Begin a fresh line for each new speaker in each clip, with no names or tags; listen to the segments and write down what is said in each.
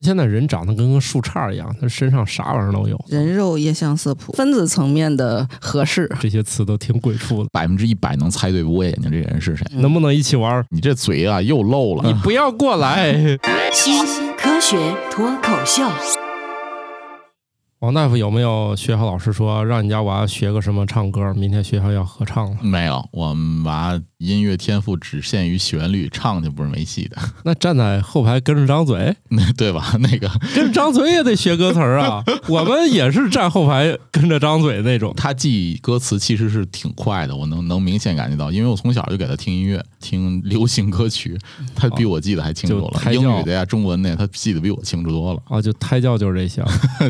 现在人长得跟个树杈一样，他身上啥玩意儿都有。
人肉液相色谱，分子层面的合适。
这些词都挺鬼畜的，
百分之一百能猜对捂眼睛这人是谁。
嗯
能不能一起玩儿？
你这嘴啊又漏了，
你不要过来！
新科学脱口秀，
王大夫有没有学校老师说让你家娃学个什么唱歌？明天学校要合唱了，
没有，我们娃音乐天赋只限于旋律，唱就不是没戏的，
那站在后排跟着张嘴，
那对吧？那个
跟着张嘴也得学歌词儿 啊。我们也是站后排跟着张嘴那种。
他记歌词其实是挺快的，我能能明显感觉到，因为我从小就给他听音乐，听流行歌曲，他比我记得还清楚
哦就
了。
胎教
英语的呀，中文的呀，他记得比我清楚多了，
啊，就胎教就是这些。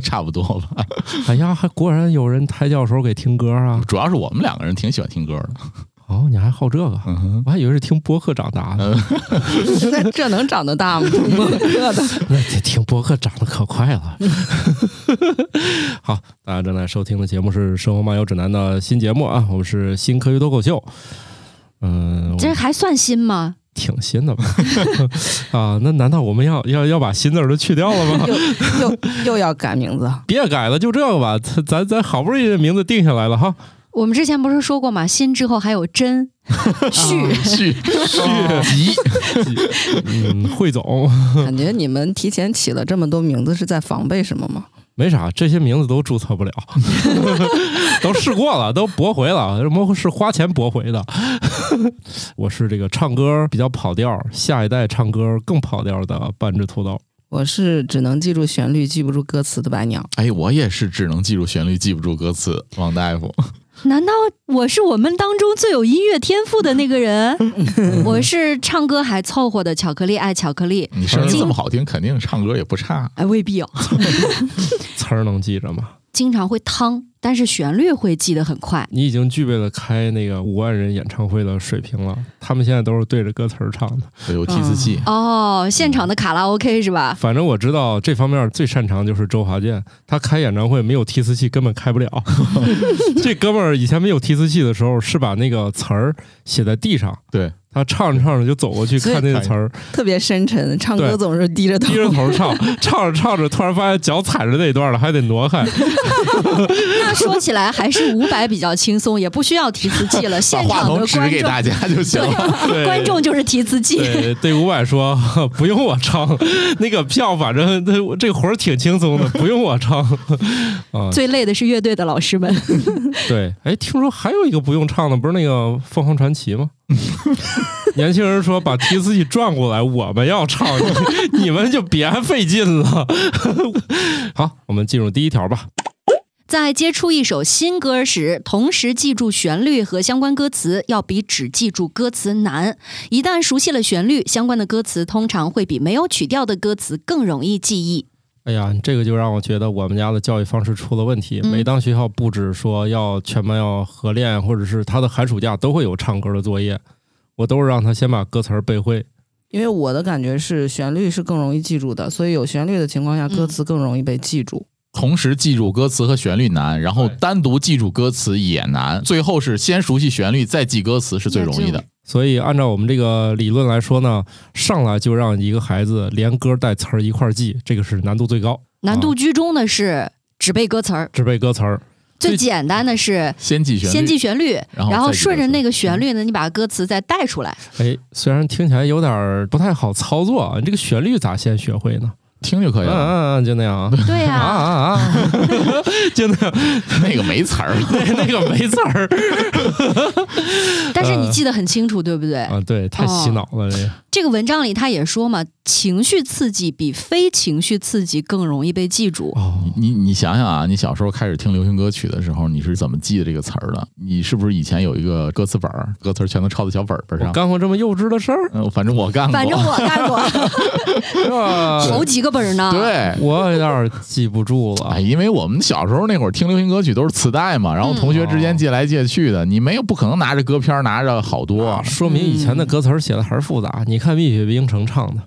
差不多吧。
哎呀，还果然有人胎教时候给听歌啊！
主要是我们两个人挺喜欢听歌的，
哦，你还好这个？
嗯哼，
我还以为是听播客长大的，
那 这能长得大吗？这的
那这 听播客长得可快了。 好，大家正在收听的节目是《生活漫游指南》的新节目啊，我们是新科学脱口秀。嗯，我
这还算新吗？
挺新的吧？ 啊，那难道我们要要要把“新”字儿都去掉了吗？
又又又要改名字，
别改了，就这个吧。咱咱咱好不容易这名字定下来了哈。
我们之前不是说过吗？新之后还有真续，
续续集，
嗯，汇总
感觉你们提前起了这么多名字是在防备什么吗？
没啥，这些名字都注册不了， 都试过了，都驳回了，什么是花钱驳回的？ 我是这个唱歌比较跑调，下一代唱歌更跑调的半只土豆。
我是只能记住旋律，记不住歌词的白鸟。
哎，我也是只能记住旋律，记不住歌词。王大夫，
难道我是我们当中最有音乐天赋的那个人？
嗯
我是唱歌还凑合的巧克力爱巧克力，
你
嗯
声音这么好听，肯定唱歌也不差。
哎，未必哦，
词儿能记着吗？
经常会汤，但是旋律会记得很快。
你已经具备了开那个五万人演唱会的水平了，他们现在都是对着歌词儿唱的。
有提词器，
哦，现场的卡拉 OK 是吧？
反正我知道这方面最擅长就是周华健，他开演唱会没有提词器根本开不了。 这哥们儿以前没有提词器的时候，是把那个词儿写在地上，
哦
对，
他唱着唱着就走过去
所以
看那个词儿，
特别深沉，唱
对
歌总是低着头
低。着头唱，唱着唱着突然发现脚踩着那段了，还得挪 开。
那说起来还是伍佰比较轻松，也不需要提词器 了。
把
现
话
场
筒
的
指
观
给
众，
大家就行了。
对
观众就是提词器。
对对，伍佰说 不用我唱，那个票反正这这活儿挺轻松的，不用我唱。 啊，
最累的是乐队的老师们，
对，哎，听说还有一个不用唱的，不是那个凤凰传奇吗？ 年轻人说把提词器转过来，我们要唱， 你你们就别费劲了。 好，我们进入第一条吧。
在接触一首新歌时，同时记住旋律和相关歌词，要比只记住歌词难。一旦熟悉了旋律，相关的歌词通常会比没有曲调的歌词更容易记忆。
哎呀，这个就让我觉得我们家的教育方式出了问题。
嗯
每当学校布置说要全班要合练，或者是他的寒暑假都会有唱歌的作业，我都是让他先把歌词儿背会。
因为我的感觉是旋律是更容易记住的，所以有旋律的情况下，
嗯
歌词更容易被记住。
同时记住歌词和旋律难，然后
对
单独记住歌词也难，最后是先熟悉旋律，再记歌词是最容易的。
所以，按照我们这个理论来说呢，上来就让一个孩子连歌带词儿一块儿记，这个是难度最高，
难度居中的是只背歌词儿，
只背歌词儿。最
最简单的是
先记旋律，
先记旋律，
然后
然
再
后
记
顺
歌
着
词
那个旋律呢，你把歌词再带出来。
哎，虽然听起来有点儿不太好操作啊，你这个旋律咋先学会呢？
听就可以
嗯
了。
嗯嗯，就那样啊。
对呀、
啊啊 啊！就那样，
嗯
那个没 词儿，
那个没词儿
但是你记得很清楚，对不对？
啊，对，太洗脑了，这个
这个文章里他也说嘛，情绪刺激比非情绪刺激更容易被记住。
哦，
你你想想啊，你小时候开始听流行歌曲的时候，你是怎么记得这个词儿的？你是不是以前有一个歌词本儿，歌词儿全都抄在小本本
我
上？
干过这么幼稚的事 儿，
嗯，反正我干过。
反正我干过
是吧？
好几个本儿呢。
啊对，
我有点儿记不住
哎，
了。
因为我们小时候那会儿听流行歌曲都是磁带嘛，然后
嗯
同学之间借来借去的，你没有不可能拿着歌片儿拿着好多。
啊
说明以前
嗯
的歌词儿写的还是复杂。你看蜜雪冰城唱 的，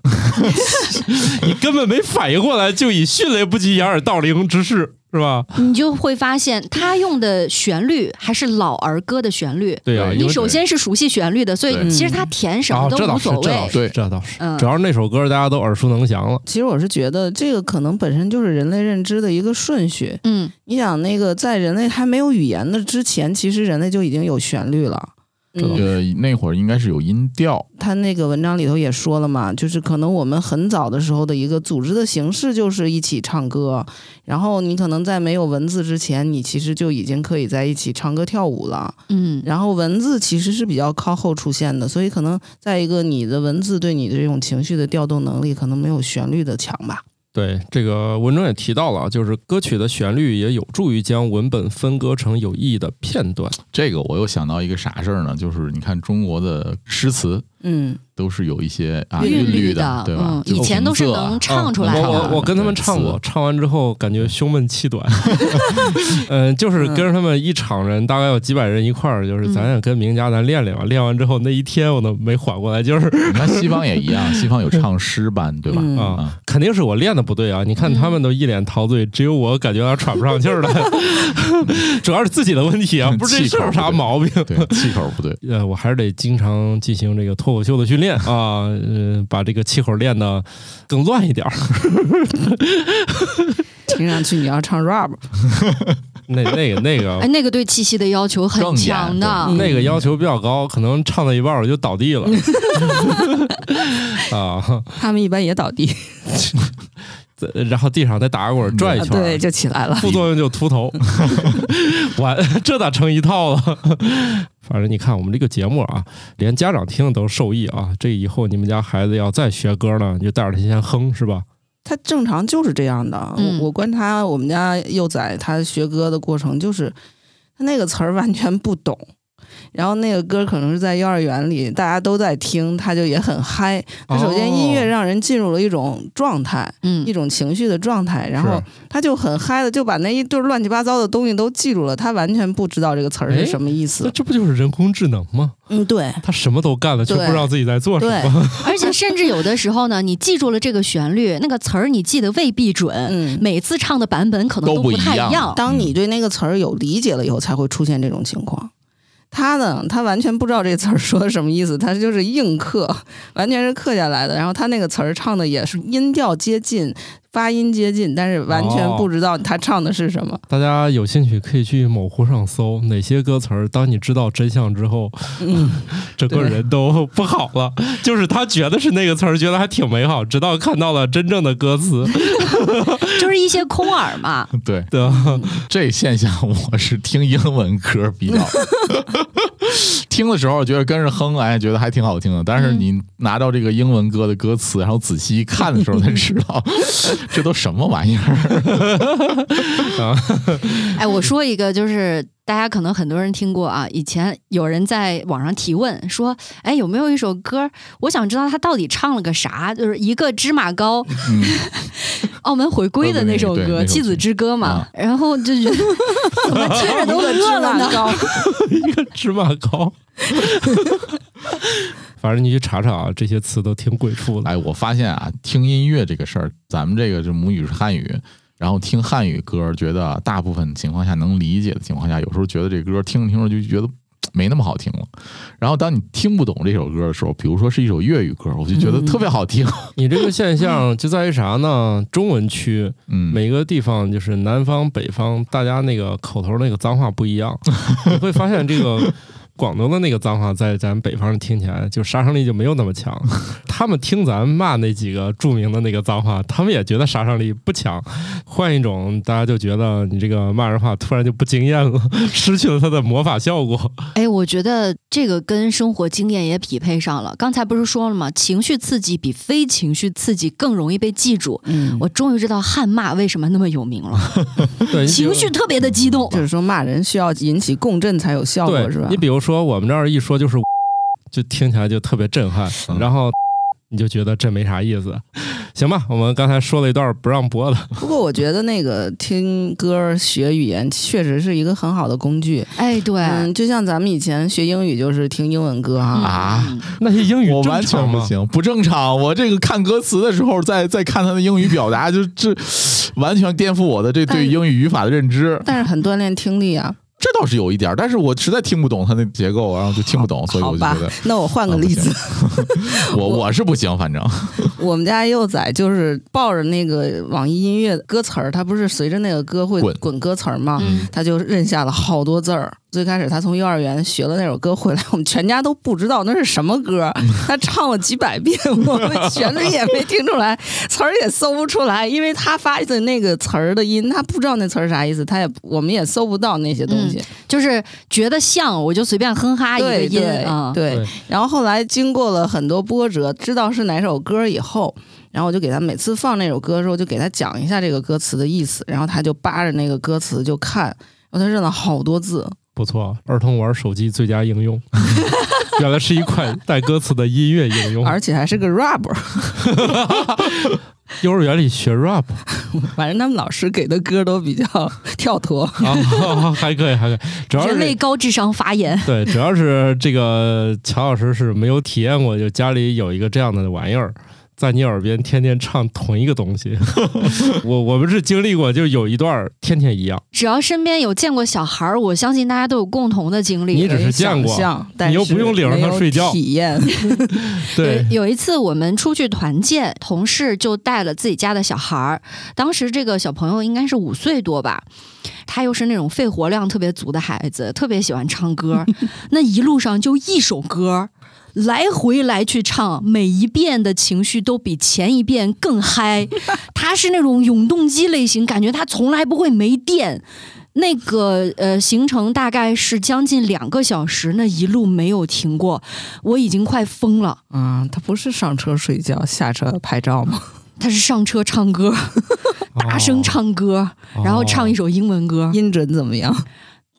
你根本没反应过来，就以迅雷不及掩耳盗铃之势是吧？
你就会发现他用的旋律还是老儿歌的旋律。
对呀、
对
因为
你首先是熟悉旋律的，所以
对
其实他填什
啊
么，都
这倒
无
是，
所
这
谓
倒。是，
对
这倒是，
嗯
只要是那首歌大家都耳熟能详了，
其实我是觉得这个可能本身就是人类认知的一个顺序。
嗯，
你想，那个在人类还没有语言的之前，其实人类就已经有旋律了。
这
嗯，
个呃那会儿应该是有音调，
他那个文章里头也说了嘛，就是可能我们很早的时候的一个组织的形式就是一起唱歌，然后你可能在没有文字之前，你其实就已经可以在一起唱歌跳舞了。
嗯，
然后文字其实是比较靠后出现的，所以可能在一个你的文字对你的这种情绪的调动能力，可能没有旋律的强吧。
对，这个文中也提到了，啊就是歌曲的旋律也有助于将文本分割成有意义的片段。
这个我又想到一个啥事儿呢？就是你看中国的诗词
嗯，
都是有一些啊
韵
律
的，
对吧
嗯？，以前都是
啊
能唱出来
嗯我
的
我。我跟他们唱过，唱完之后感觉胸闷气 短。嗯，就是跟着他们一场人，大概有几百人一块儿，
嗯
就是咱也跟名家咱练练吧。练完之后那一天我都没缓过来劲儿，
你看西方也一样，西方有唱诗班，对吧？
嗯
啊， 肯定是我练的不对啊！你看他
嗯
们都一脸陶醉，只有我感觉有点喘不上气 儿来，主要是自己的问题啊，不是这事儿有啥毛病。
对，气口不对，
呃，我还是得经常进行这个脱口秀的训练啊，呃，把这个气口练得更乱一点儿。
听上去你要唱 rap，
那那个那
哎，
个
那个对气息的要求很
更严
强的
嗯
对，
那个要求比较高，可能唱到一半儿我就倒 地了。啊，
他们一般也倒地，
再然后地上再打个滚儿转一圈儿
啊对，，就起来了。
副作用就秃头， 完 这咋成一套了？啊 反正你看我们这个节目啊，连家长听都受益啊。这以后你们家孩子要再学歌呢，你就带着他先哼，是吧？
他正常就是这样的。
嗯
我我观察我们家幼崽他学歌的过程，就是他那个词儿完全不懂。然后那个歌可能是在幼儿园里大家都在听，他就也很嗨。他首先音
哦
乐让人进入了一种状态，
嗯
一种情绪的状态，然后他就很嗨的就把那一堆乱七八糟的东西都记住了，他完全不知道这个词儿
哎
是什么意
那
思。
这不就是人工智能吗？
嗯，对
他什么都干了，却不
对
知道自己在做什
对，
么。
而且甚至有的时候呢，你记住了这个旋律，那个词儿你记得未必准，
嗯，
每次唱的版本可能
都
不
不一
太
样
样。
当你对那个词儿有理解了以后，才会出现这种情况。他呢，他完全不知道这词儿说的什么意思，他就是硬刻，完全是刻下来的。然后他那个词儿唱的也是音调接近，发音接近，但是完全
哦
不知道他唱的是什么。
大家有兴趣可以去某乎上搜哪些歌词儿，当你知道真相之后，
嗯，
整个
对
人都不好了。就是他觉得是那个词儿，觉得还挺美好，直到看到了真正的歌词。
就是一些空耳嘛。
对
对吧，
这现象，我是听英文歌比较。听的时候觉得跟着哼，哎，觉得还挺好听的。但是你拿到这个英文歌的歌词，然后仔细一看的时候，才知道这都什么玩意儿。
哎，我说一个，就是大家可能很多人听过啊，以前有人在网上提问说，哎，有没有一首歌，我想知道他到底唱了个啥？就是一个芝麻糕，
嗯，
澳门回归的那首
对对
歌
那
《
首
妻子之歌》嘛
啊，
然后就 觉得怎么听着都饿了呢？
高，
一个芝麻糕。 反正你去查查啊，这些词都挺鬼畜的。
哎，我发现啊，听音乐这个事儿，咱们这个是母语是汉语，然后听汉语歌，觉得大部分情况下能理解的情况下，有时候觉得这歌听着听着就觉得。没那么好听了，然后当你听不懂这首歌的时候，比如说是一首粤语歌，我就觉得特别好听。
你这个现象就在于啥呢？中文区
嗯，
每个地方就是南方、北方，大家那个口头那个脏话不一样，你会发现这个。广东的那个脏话在咱北方人听起来就杀伤力就没有那么强，他们听咱骂那几个著名的那个脏话，他们也觉得杀伤力不强。换一种，大家就觉得你这个骂人话突然就不惊艳了， 失去了它的魔法效果。
哎，我觉得这个跟生活经验也匹配上了。刚才不是说了吗？情绪刺激比非情绪刺激更容易被记住。
嗯，
我终于知道汉骂为什么那么有名了，
对，你比如
情绪特别的激动。
就是说骂人需要引起共振才有效果，是吧？
你比如说我们这儿一说就是，就听起来就特别震撼，
嗯
然后你就觉得这没啥意思。行吧，我们刚才说了一段不让播的，
不过我觉得那个听歌学语言确实是一个很好的工具。
哎，对，
嗯，就像咱们以前学英语就是听英文歌哈、
啊
嗯，
那些英语
我
正
完全
常
不
吗？
行，不正常。我这个看歌词的时候，在在看他的英语表达，就这 完全颠覆我的这对英语语法的认知。
但是很锻炼听力啊。
这倒是有一点儿，但是我实在听不懂它那结构，然后就听不懂，所以
哦
我
好
就
吧
觉得，
那我换个
啊不
例
行
子，
我我是不行，反正
我们家幼崽就是抱着那个网易音乐歌词儿，他不是随着那个歌会
滚
滚歌词儿吗？
嗯
他就认下了好多字儿。最开始他从幼儿园学了那首歌回来，我们全家都不知道那是什么 歌，他唱了几百遍，我们旋律也没听出来，词儿也搜不出来，因为他发的那个词儿的音，他不知道那词儿啥意思，他也我们也搜不到那些东西。
就是觉得像，我就随便哼哈一个
对
音
对
啊。
对
对，然后后来经过了很多波折，知道是哪首歌以后，然后我就给他每次放那首歌的时候，我就给他讲一下这个歌词的意思，然后他就扒着那个歌词就看，然后他认了好多字。
不错，儿童玩手机最佳应用， 原来是一款带歌词的音乐应用。
而且还是个 rapper，
幼儿园里学 rap
反正他们老师给的歌都比较 跳脱。
啊，还可以，还可以，主要
人类
是。
高智商发言，
对，主要是这个乔老师是没有体验过，就家里有一个这样的玩意儿，在你耳边天天唱同一个东西。我我们是经历过，就有一段儿天天一样，
只要身边有见过小孩儿，我相信大家都有共同的经历。
你只是见过
想象但
你又
是
不用领着他
没有
睡觉
体验
对，
呃有有一次我们出去团建，同事就带了自己家的小孩儿，当时这个小朋友应该是五岁多吧。他又是那种肺活量特别足的孩子，特别喜欢唱歌，那一路上就一首歌，来回来去唱，每一遍的情绪都比前一遍更嗨。他是那种永动机类型，感觉他从来不会没电。那个呃，行程大概是将近两个小时，那一路没有停过，我已经快疯了。
啊、他不是上车睡觉，下车拍照吗？
他是上车唱歌，大声唱歌，
哦，
然后唱一首英文歌。
音准怎么样？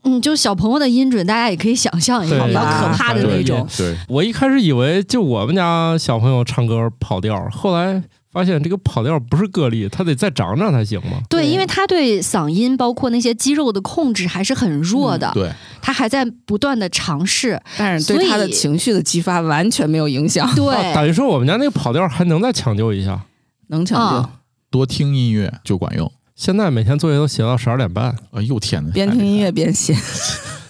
嗯，就小朋友的音准，大家也可以想象一下，
对
比较可怕的那种。
对，
我一开始以为就我们家小朋友唱歌跑调，后来发现这个跑调不是个例，他得再长长才行嘛。
对，
对
因为他对嗓音包括那些肌肉的控制还是很弱的，
嗯对，
他还在不断的尝试。
但是对
所以
他的情绪的激发完全没有影响，
啊
对，
等于说我们家那个跑调还能再抢救一下。
能抢救。
啊
多听音乐就管用。
现在每天作业都写到十二点半
哎呦天哪！
边听音乐边写，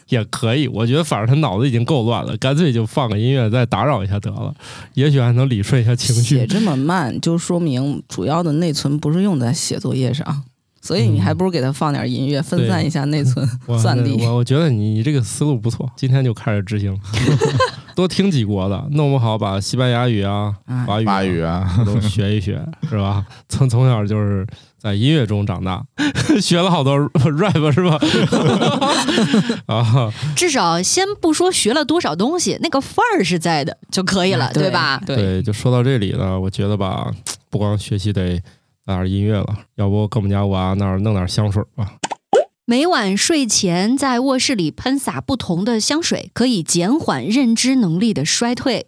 也可以，我觉得反正他脑子已经够乱了，干脆就放个音乐再打扰一下得了，也许还能理顺一下情
写
绪。
这么慢，就说明主要的内存不是用在写作业上，所以你还不如给他放点音乐，分散一下内存
我
算力。
我我觉得你嗯你这个思路不错，今天就开始执行， 多听几国的，弄不好把西班牙语啊、
啊
法语、
法语啊，
都学一学，是吧？从从小就是在音乐中长大， 学了好多 rap 是吧？ 啊，
至少先不说学了多少东西，那个范儿是在的就可以了，
对
吧？
对，
就说到这里呢，我觉得吧，不光学习得带点音乐了，要不跟我们家娃那儿弄点香水吧。
每晚睡前在卧室里喷洒不同的香水，可以减缓认知能力的衰退。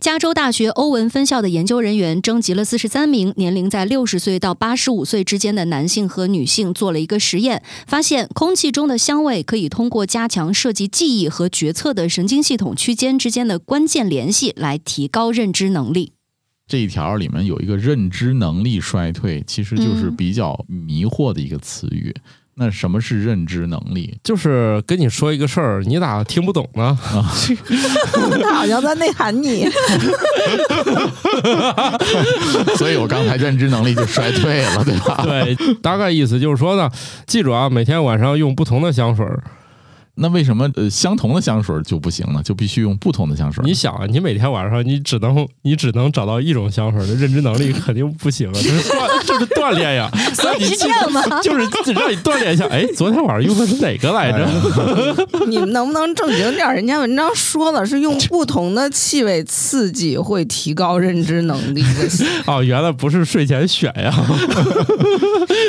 加州大学欧文分校的研究人员征集了四十三名年龄在六十岁到八十五岁之间的男性和女性，做了一个实验，发现空气中的香味可以通过加强涉及记忆和决策的神经系统区间之间的关键联系来提高认知能力。
这一条里面有一个认知能力衰退，其实就是
嗯
比较迷惑的一个词语。那什么是认知能力？
就是跟你说一个事儿，你咋听不懂 呢？
他好像在内涵你。
所以我刚才认知能力就衰退了，对吧？
对，大概意思就是说呢，记住啊，每天晚上用不同的香水儿。
那为什么呃相同的香水就不行呢？就必须用不同的香水？
你想啊，你每天晚上你只能你只能找到一种香水儿，这认知能力肯定不行啊，这 是锻这是锻炼呀。 所以你
是
记啊
这样吗？
就是让你锻炼一下，哎，昨天晚上用的是哪个来着？
你们能不能正经点儿？人家文章说了，是用不同的气味刺激会提高认知能力的。
哦，原来不是睡前选呀，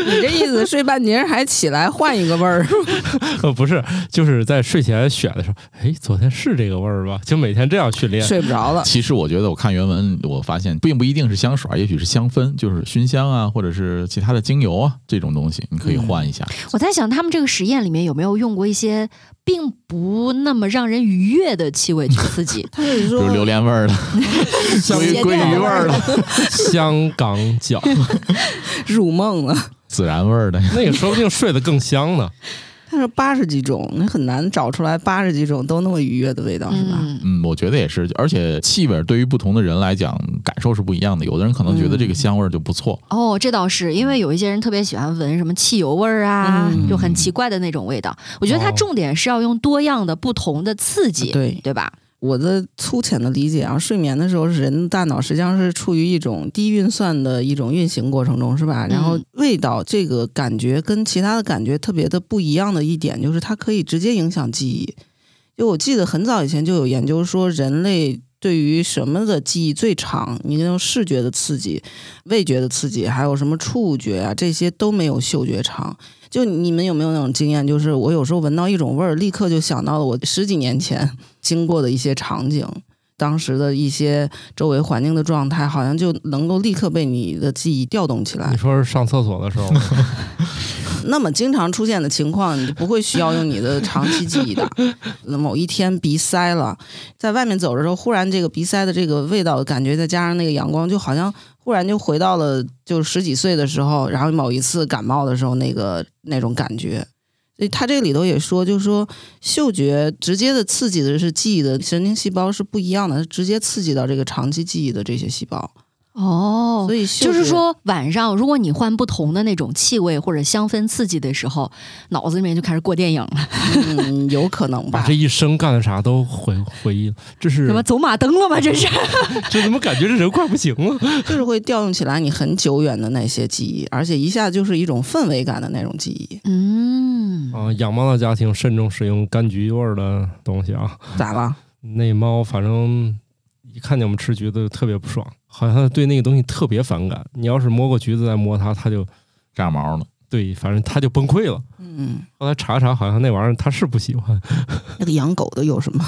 你这意思睡半截儿还起来换一个味儿？
呃，不是，就是在睡前选的时候，哎，昨天是这个味儿吧？就每天这样训练。
睡不着了。？
其实我觉得，我看原文，我发现并不一定是香水，也许是香氛，就是熏香啊，或者是其他的精油啊这种东西，你可以换一下。
我在想，他们这个实验里面有没有用过一些并不那么让人愉悦的气味去刺激
他是
比如榴
说，
莲味儿的、
香
鲑
咸
鲑
淡
鱼味儿的，
香港脚，
入梦了，
孜然味儿的，
那也说不定睡得更香呢。
但是八十几种，你很难找出来八十几种都那么愉悦的味道，是吧？
嗯，
嗯，我觉得也是，而且气味对于不同的人来讲感受是不一样的。有的人可能觉得这个香味儿就不错，
哦，这倒是，因为有一些人特别喜欢闻什么汽油味儿啊，
嗯
就很奇怪的那种味道。我觉得它
哦
重点是要用多样的、不同的刺激，
啊对
对吧？
我的粗浅的理解啊，睡眠的时候，人的大脑实际上是处于一种低运算的一种运行过程中，是吧？然后
嗯
味道这个感觉跟其他的感觉特别的不一样的一点，就是它可以直接影响记忆。就我记得很早以前就有研究说，人类对于什么的记忆最长？你用视觉的刺激、味觉的刺激，还有什么触觉啊，这些都没有嗅觉长。就你们有没有那种经验？就是我有时候闻到一种味儿，立刻就想到了我十几年前 经过的一些场景，当时的一些周围环境的状态，好像就能够立刻被你的记忆调动起
啊
你
来。
说是上厕所的时候吗，
那么经常出现的情况，你不会需要用你的长期记忆 的。那某一天鼻塞了，在外面走的时候，忽然这个鼻塞的这个味道的感觉，再加上那个阳光，就好像忽然就回到了就十几岁的时候，然后某一次感冒的时候那个那种感觉。所以他这个里头也说，就是说嗅觉直接的刺激的是记忆的神经细胞是不一样的，它直接刺激到这个长期记忆的这些细胞。
哦
所以嗅
就是
觉
说，晚上如果你换不同的那种气味或者香氛刺激的时候，脑子里面就开始过电影了，
嗯，有可能
把
吧
这。一生干的啥都回回忆了，这是
什么走马灯了吗？这是
这怎么感觉这人快不行啊 了？
就是会调动起来你很久远的那些记忆，而且一下就是一种氛围感的那种记忆。
嗯，
啊，养猫的家庭慎重使用柑橘味儿的东西啊。
咋了？
那猫反正一看见我们吃橘子就特别不爽，好像对那个东西特别反感。你要是摸过橘子再摸它，它就
炸毛了。
对，反正它就崩溃了。
嗯，
后来查查，好像那玩意儿它是不喜欢，
那个养狗的有 什么？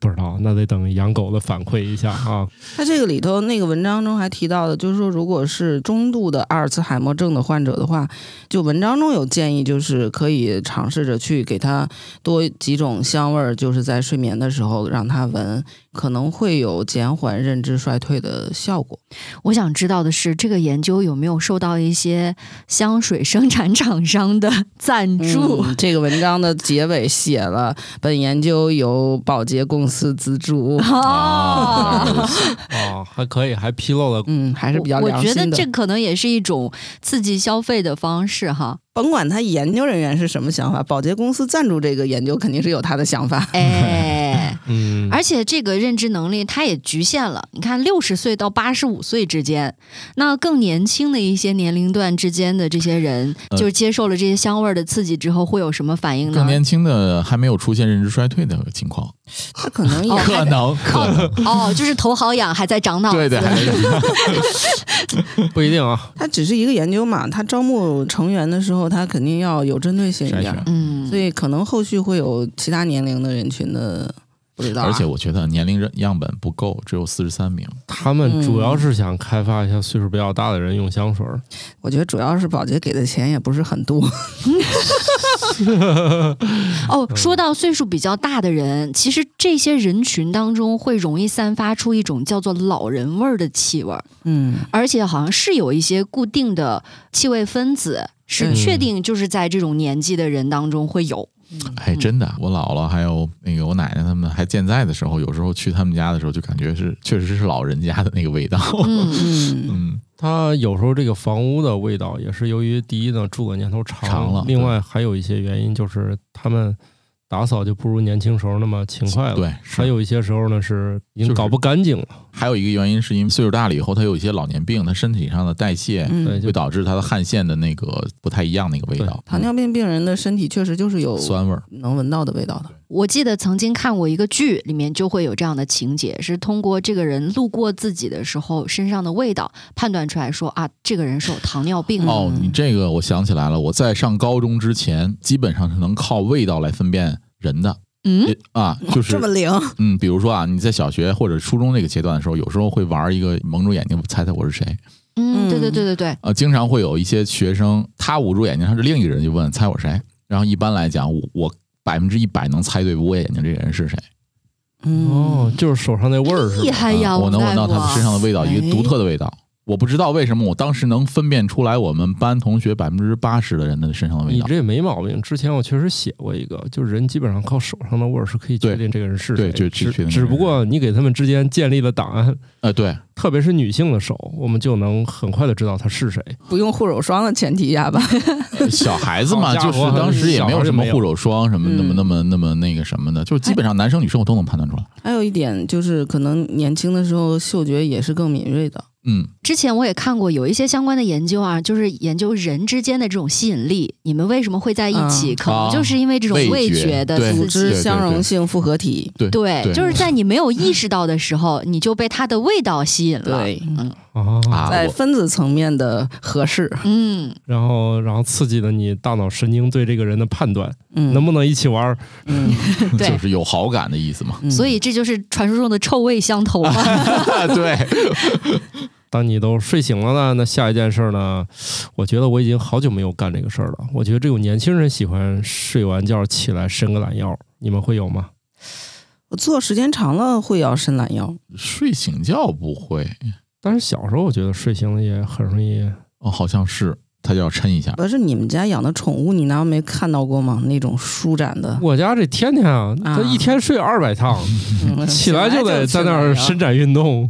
不知道，那得等养狗的反馈一下啊。
它这个里头那个文章中还提到的，就是说，如果是中度的阿尔茨海默症的患者的话，就文章中有建议，就是可以尝试着去给他多几种香味儿，就是在睡眠的时候让他闻，可能会有减缓认知衰退的效果。
我想知道的是，这个研究有没有受到一些香水生产厂商的赞助？
嗯这个文章的结尾写了， 本研究由保洁公司资 助。
哦，
啊，
哦，还可以，还披露了。
嗯，还是比较
我
良
我觉
心的。
得这可能也是一种刺激消费的方 式哈。
甭管他研究人员是什么想法，保洁公司赞助这个研究肯定是有他的想法。
哎，
嗯，
而且这个认知能力它也局限了。你看，六十岁到八十五岁之间，那更年轻的一些年龄段之间的这些人，
呃
就是接受了这些香味儿的刺激之后，会有什么反应呢？
更年轻的还没有出现认知衰退的情况，
他可能 也
哦
可能可能，
哦，就是头好痒，还在长脑子。
对对，还是
不一定啊。
他只是一个研究嘛，他招募成员的时候，他肯定要有针对性一
筛
点
选
儿，。
嗯，
所以可能后续会有其他年龄的人群的，不知道啊、
而且我觉得年龄样本不够，只有四十三名。
他们主要
嗯
是想开发一下岁数比较大的人用香水儿。
我觉得主要是保洁给的钱也不是很多。
哦，说到岁数比较大的人，其实这些人群当中会容易散发出一种叫做老人味儿的气味儿，
嗯，
而且好像是有一些固定的气味分子。是
嗯
确定，就是在这种年纪的人当中 会有，
嗯
哎，真的，我姥姥还有那个我奶奶他们还健在的时候，有时候去他们家的时候，就感觉是确实是老人家的那个味道。
嗯，
嗯，
嗯，
它有时候这个房屋的味道也是由于第一呢住的年头长，
长了
另外还有一些原因就是他们打扫就不如年轻时候那么勤快了。，
对，
还
有。
有一些时候呢是已经
就是
搞不干净了，
还有一个原因是因为岁数大了以后，他有一些老年病，他身体上的代谢
对，
嗯，
哎就
会导致他的汗腺的那个不太一样那个味道，
糖尿病病人的身体确实就是有
酸味儿。
能闻到的味道的。
我记得曾经看过一个剧，里面就会有这样的情节，是通过这个人路过自己的时候身上的味道判断出来说啊，这个人是有糖尿
嗯
病的。
哦，你这个我想起来了，我在上高中之前，基本上是能靠味道来分辨人的。
嗯，
啊，就是
这么灵，
嗯，比如说啊，你在小学或者初中那个阶段的时候，有时候会玩一个嗯蒙住眼睛猜猜我是谁
嗯
嗯，对对对对对，
啊，经常会有一些学生他捂住眼睛，他是另一个人就问猜我谁，然后一般来讲，我我百分之一百能猜对捂眼睛这个人是谁，
嗯，
哦，就是手上那味儿是
厉
吧？
害呀，
啊我能
大
闻到他
夫
身上的味道，一个独特的味道。我不知道为什么我当时能分辨出来我们班同学百分之八十的人的身上的味
你
道。
这没毛病。之前我确实写过一个，就是人基本上靠手上的味儿是可以决
对
定这个人是谁，
对就
只
确定
只不过你给他们之间建立了档案，
呃，对，
特别是女性的手，我们就能很快的知道她是谁。
不用护手霜的前提下吧，
呃小孩子
好
嘛，
家伙
就是当时也没有什
小孩就
么
没有
护手霜什么那么
嗯
那么那么那个什么的，就是基本上男生女生我都能判断出来。
还有一点就是，可能年轻的时候嗅觉也是更敏锐的。
嗯，
之前我也看过有一些相关的研究啊，就是研究人之间的这种吸引力，你们为什么会在一起？
嗯
可能就是因为这种
味
味
觉
觉的
对
刺
组
激
织。
对
相
对
容性复合体，
对
对，就是在你没有意识到的时候，你就被它的味道吸引了。
对，
嗯
啊，
啊，
在
我
分子层面的合适，
嗯，
然后然后刺激了你大脑神经对这个人的判断，
嗯，
能不能一起玩儿？
嗯，
就
对，
是有好感的 意思嘛。
嗯
所以这就是传说中的臭味相投嘛。
对，
当你都睡醒了呢，那下一件事儿呢？我觉得我已经好久没有干这个事儿了。我觉得只有年轻人喜欢睡完觉起来伸个懒腰，你们会有吗？
我坐时间长了会要伸懒腰，
睡醒觉不会，
但是小时候我觉得睡醒了也很容易。
哦，好像是他就要抻一下。
不是你们家养的宠物，你难道没看到过吗？那种舒展的，
我家这天天啊，
啊
他一天睡二百趟，
嗯
起来就得在那
醒来
儿
就伸
伸
懒腰
展运动。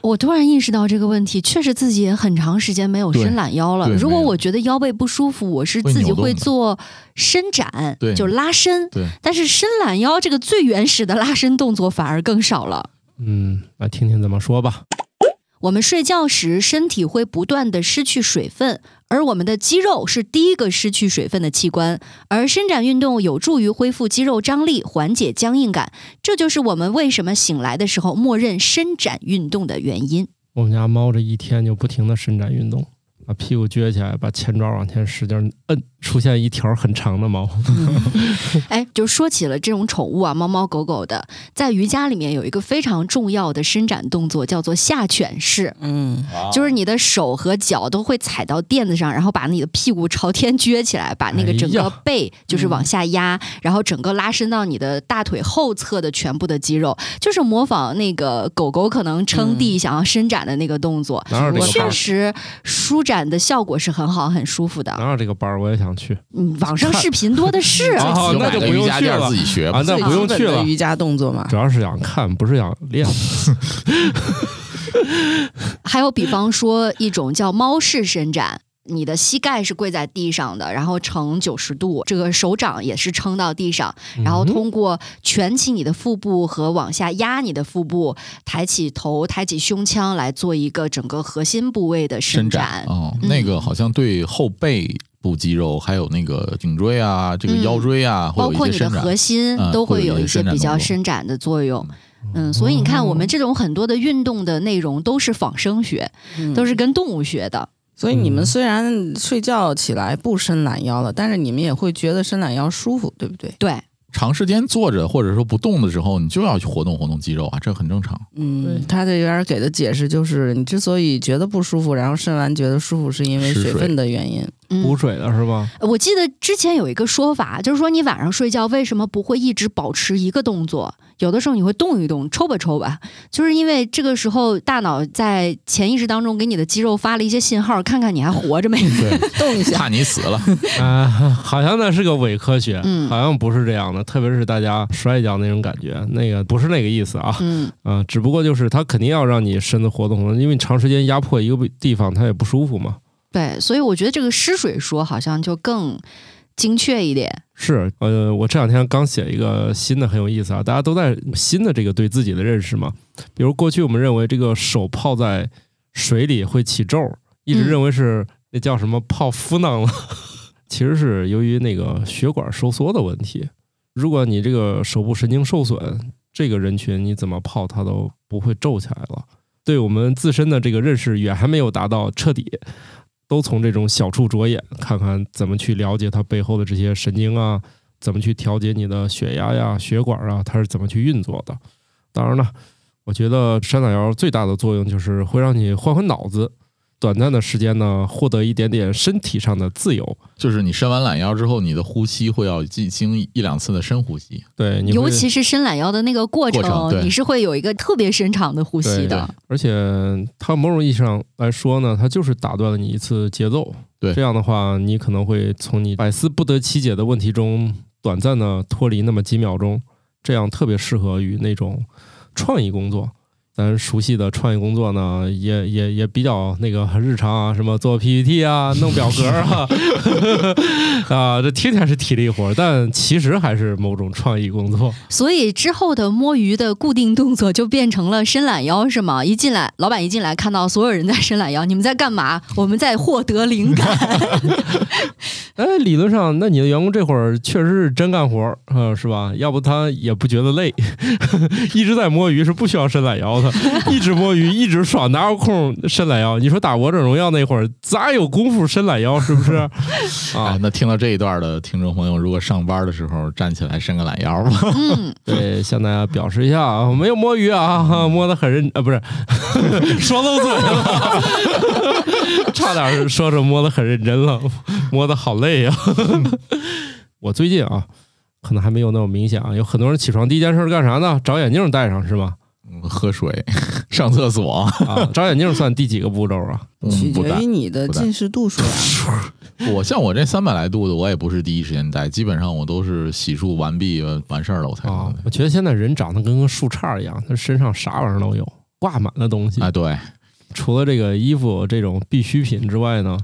我突然意识到这个问题，确实自己也很长时间没有
对
伸懒腰了。
对
如果
没有
我觉得腰背不舒服，我是
会
自己
扭动
会
的
做伸展，
对
就拉伸。
对，
但是伸懒腰这个最原始的拉伸动作反而更少了。
嗯，来听听怎么说吧。
我们睡觉时，身体会不断的失去水分，而我们的肌肉是第一个失去水分的器官。而伸展运动有助于恢复肌肉张力，缓解僵硬感。这就是我们为什么醒来的时候默认伸展运动的原因。
我们家猫这一天就不停的伸展运动，把屁股撅起来，把前爪往前使劲摁，出现一条很长的毛。
哎，就说起了这种宠物啊，猫猫狗狗的，在瑜伽里面有一个非常重要的伸展动作，叫做下犬式。
嗯，
啊
就是你的手和脚都会踩到垫子上，然后把你的屁股朝天撅起来，把那个整
哎
个
呀
背就是往下压，然后整个拉伸到你的大腿后侧的全部的肌肉，就是模仿那个狗狗可能撑
嗯
地想要伸展的那个动作，
哪有这个班
确
儿？
实舒展的效果是很好、很舒服的。
哪有这个班儿？我也想去，
嗯，网上视频多的是
啊
自己
那
买
就
的
不用
瑜伽
去
垫儿
了
自己学吧
啊，。那
最
不用
基
去
本的
了。
瑜伽动作嘛
主，要是想看，不是想练。
还有，比方说一种叫猫式伸展，你的膝盖是跪在地上的，然后呈九十度，这个手掌也是撑到地上，
嗯
然后通过卷起你的腹部和往下压你的腹部，抬起头、抬起胸腔来做一个整个核心部位的
伸
伸
展
展。
哦，
嗯
那个好像对后背部肌肉还有那个颈椎啊，这个
嗯
腰椎啊，会
包
有一
括
些
你的
伸展
核。心
嗯
都会
会有
有
一
一
些
些
伸展
比较
动作哦
伸展的作用，嗯，所以你看，我们这种很多的运动的内容都是仿生学，
嗯
都是跟动物学的。
所以你
嗯
们虽然睡觉起来不伸懒腰了，但是你们也会觉得伸懒腰舒服，对不对？
对，
长时间坐着或者说不动的时候，你就要去活动活动肌肉啊，这很正常。
对
嗯，他这边给的解释就是，你之所以觉得不舒服，然后伸完觉得舒服，是因为
是水
水分的原因。
嗯
补水的是吧？
我记得之前有一个说法，就是说你晚上睡觉为什么不会一直保持一个动作？有的时候你会动一动，抽吧抽吧，就是因为这个时候大脑在潜意识当中给你的肌肉发了一些信号，看看你还活着没。
对，
动一下，
怕你死了。
啊，好像那是个伪科学，
嗯
好像不是这样的。特别是大家摔跤那种感觉，那个不是那个意思啊。
嗯，
啊，只不过就是它肯定要让你身子活动活动，因为你长时间压迫一个地方，它也不舒服嘛。
对，所以我觉得这个湿水说好像就更精确一点。
是，呃，我这两天刚写一个新的，很有意思啊，大家都在新的这个对自己的认识嘛。比如过去我们认为这个手泡在水里会起皱儿，一直
嗯
认为是那叫什么泡敷囊了， 其实是由于那个血管收缩的问题。如果你这个手部神经受损，这个人群你怎么泡它都不会皱起来了。对我们自身的这个认识远还没有达到彻底，都从这种小处着眼，看看怎么去了解它背后的这些神经啊，怎么去调节你的血压呀、血管啊，它是怎么去运作的。当然了，我觉得伸懒腰最大的作用就是会让你换换脑子。短暂的时间呢，获得一点点身体上的自由。
就是你伸完懒腰之后，你的呼吸会要进行一两次的深呼吸，
对，你
尤
会
其是伸懒腰的那个过程，
过程对
你是会有一个特别深长的呼吸
对
的。
而且它某种意义上来说呢，它就是打断了你一次节奏。
对
这样的话，你可能会从你百思不得其解的问题中短暂的脱离那么几秒钟，这样特别适合于那种创意工作。咱熟悉的创意工作呢，也也也比较那个日常啊，什么做 PPT 啊、弄表格 啊，啊，这听起来是体力活儿，但其实还是某种创意工作。
所以之后的摸鱼的固定动作就变成了伸懒腰，是吗？一进来，老板一进来看到所有人在伸懒腰，你们在干嘛？我们在获得灵感。
哎，理论上，那你的员工这会儿确实是真干活儿，呃，是吧？要不他也不觉得累， 一直在摸鱼是不需要伸懒腰的，一直摸鱼，一直爽，哪有空伸懒腰？你说打王者荣耀那会儿，咋有功夫伸懒腰？是不是？
哎
啊，，
那听到这一段的听众朋友，如果上班的时候站起来伸个懒腰吧，
嗯，
对，向大家表示一下啊，我没有摸鱼啊，摸得很认，啊，不是， 说漏嘴了， 差点儿说着摸得很认真了，摸得好累啊。 我最近啊，可能还没有那么明显啊，有很多人起床第一件事儿干啥呢？找眼镜戴上是吗？
嗯喝水、上厕所，
啊，找眼镜算第几个步骤 啊？
取
嗯，不
决
带
于。你的
不带
近视度数啊。
我像我这三百来度的，我也不是第一时间戴，基本上我都是洗漱完毕呃完事儿了我才能
啊
戴。，
我觉得现在人长得跟个树杈儿一样，他身上啥玩意儿都有，挂满了东西。
哎，对，
除了这个衣服这种必需品之外呢，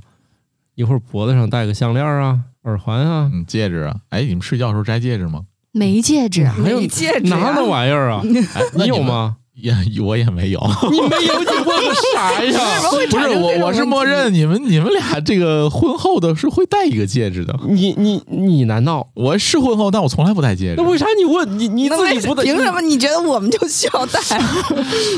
一会儿脖子上戴个项链啊、耳环啊，
嗯，戒指啊，哎，你们睡觉的时候摘戒指吗？
没戒指，
还有
没戒指
哪
啊
儿的玩意 儿啊？
哎，那
你有
们？
吗？
也 我也没有，
你没有，你问个啥呀？
不是我，我是默认你们你们俩这个婚后的是会戴一个戒指的。
你你你难道？
我是婚后，但我从来不戴戒指
那。为啥你问你你
那
自
为
己
什
不
么
得？
凭什么你觉得我们就需要戴？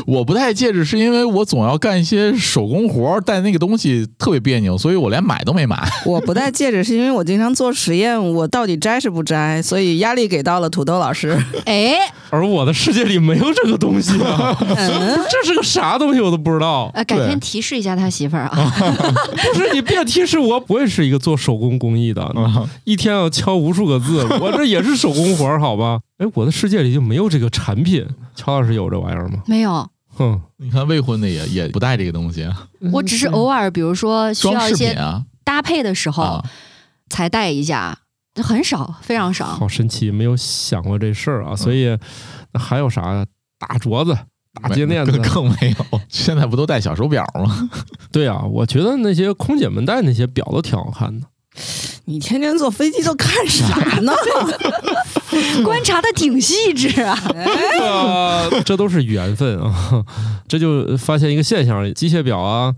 我不戴戒指是因为我总要干一些手工活儿，戴那个东西特别别扭，所以我连买都没买。
我不戴戒指是因为我经常做实验，我到底摘是不摘，所以压力给到了土豆老师。
哎，
而我的世界里没有这个东西啊！
嗯，
不是 这是个啥东西我都不知 道。
呃，改
对哦
天提示一下他媳妇儿啊。
不是你别提示我，我也是一个做手工工 艺的，一天要敲无数个 字，我这也是手工活儿，好吧？哎，我的世界里就没有这个产品。乔老师有这玩意儿吗？
没有，
哼，
你看未婚的也也不戴这个东西，
我只是偶尔，比如说需
装
要一
饰品
些
啊
搭配的时候
啊！
才戴一下，很少，非常少。
哦
好神奇，没有想过这事儿啊。所以那还有啥呀？大镯子、
啊
大
没
金链子
更，更没有，现在不都戴小手表 吗？
对啊，我觉得那些空姐们戴那些表都挺好看的。
你天天坐飞机都看啥呢？
观察的挺细致啊。
呃，这都是缘分啊！ 这就发现一个现象：机械表啊、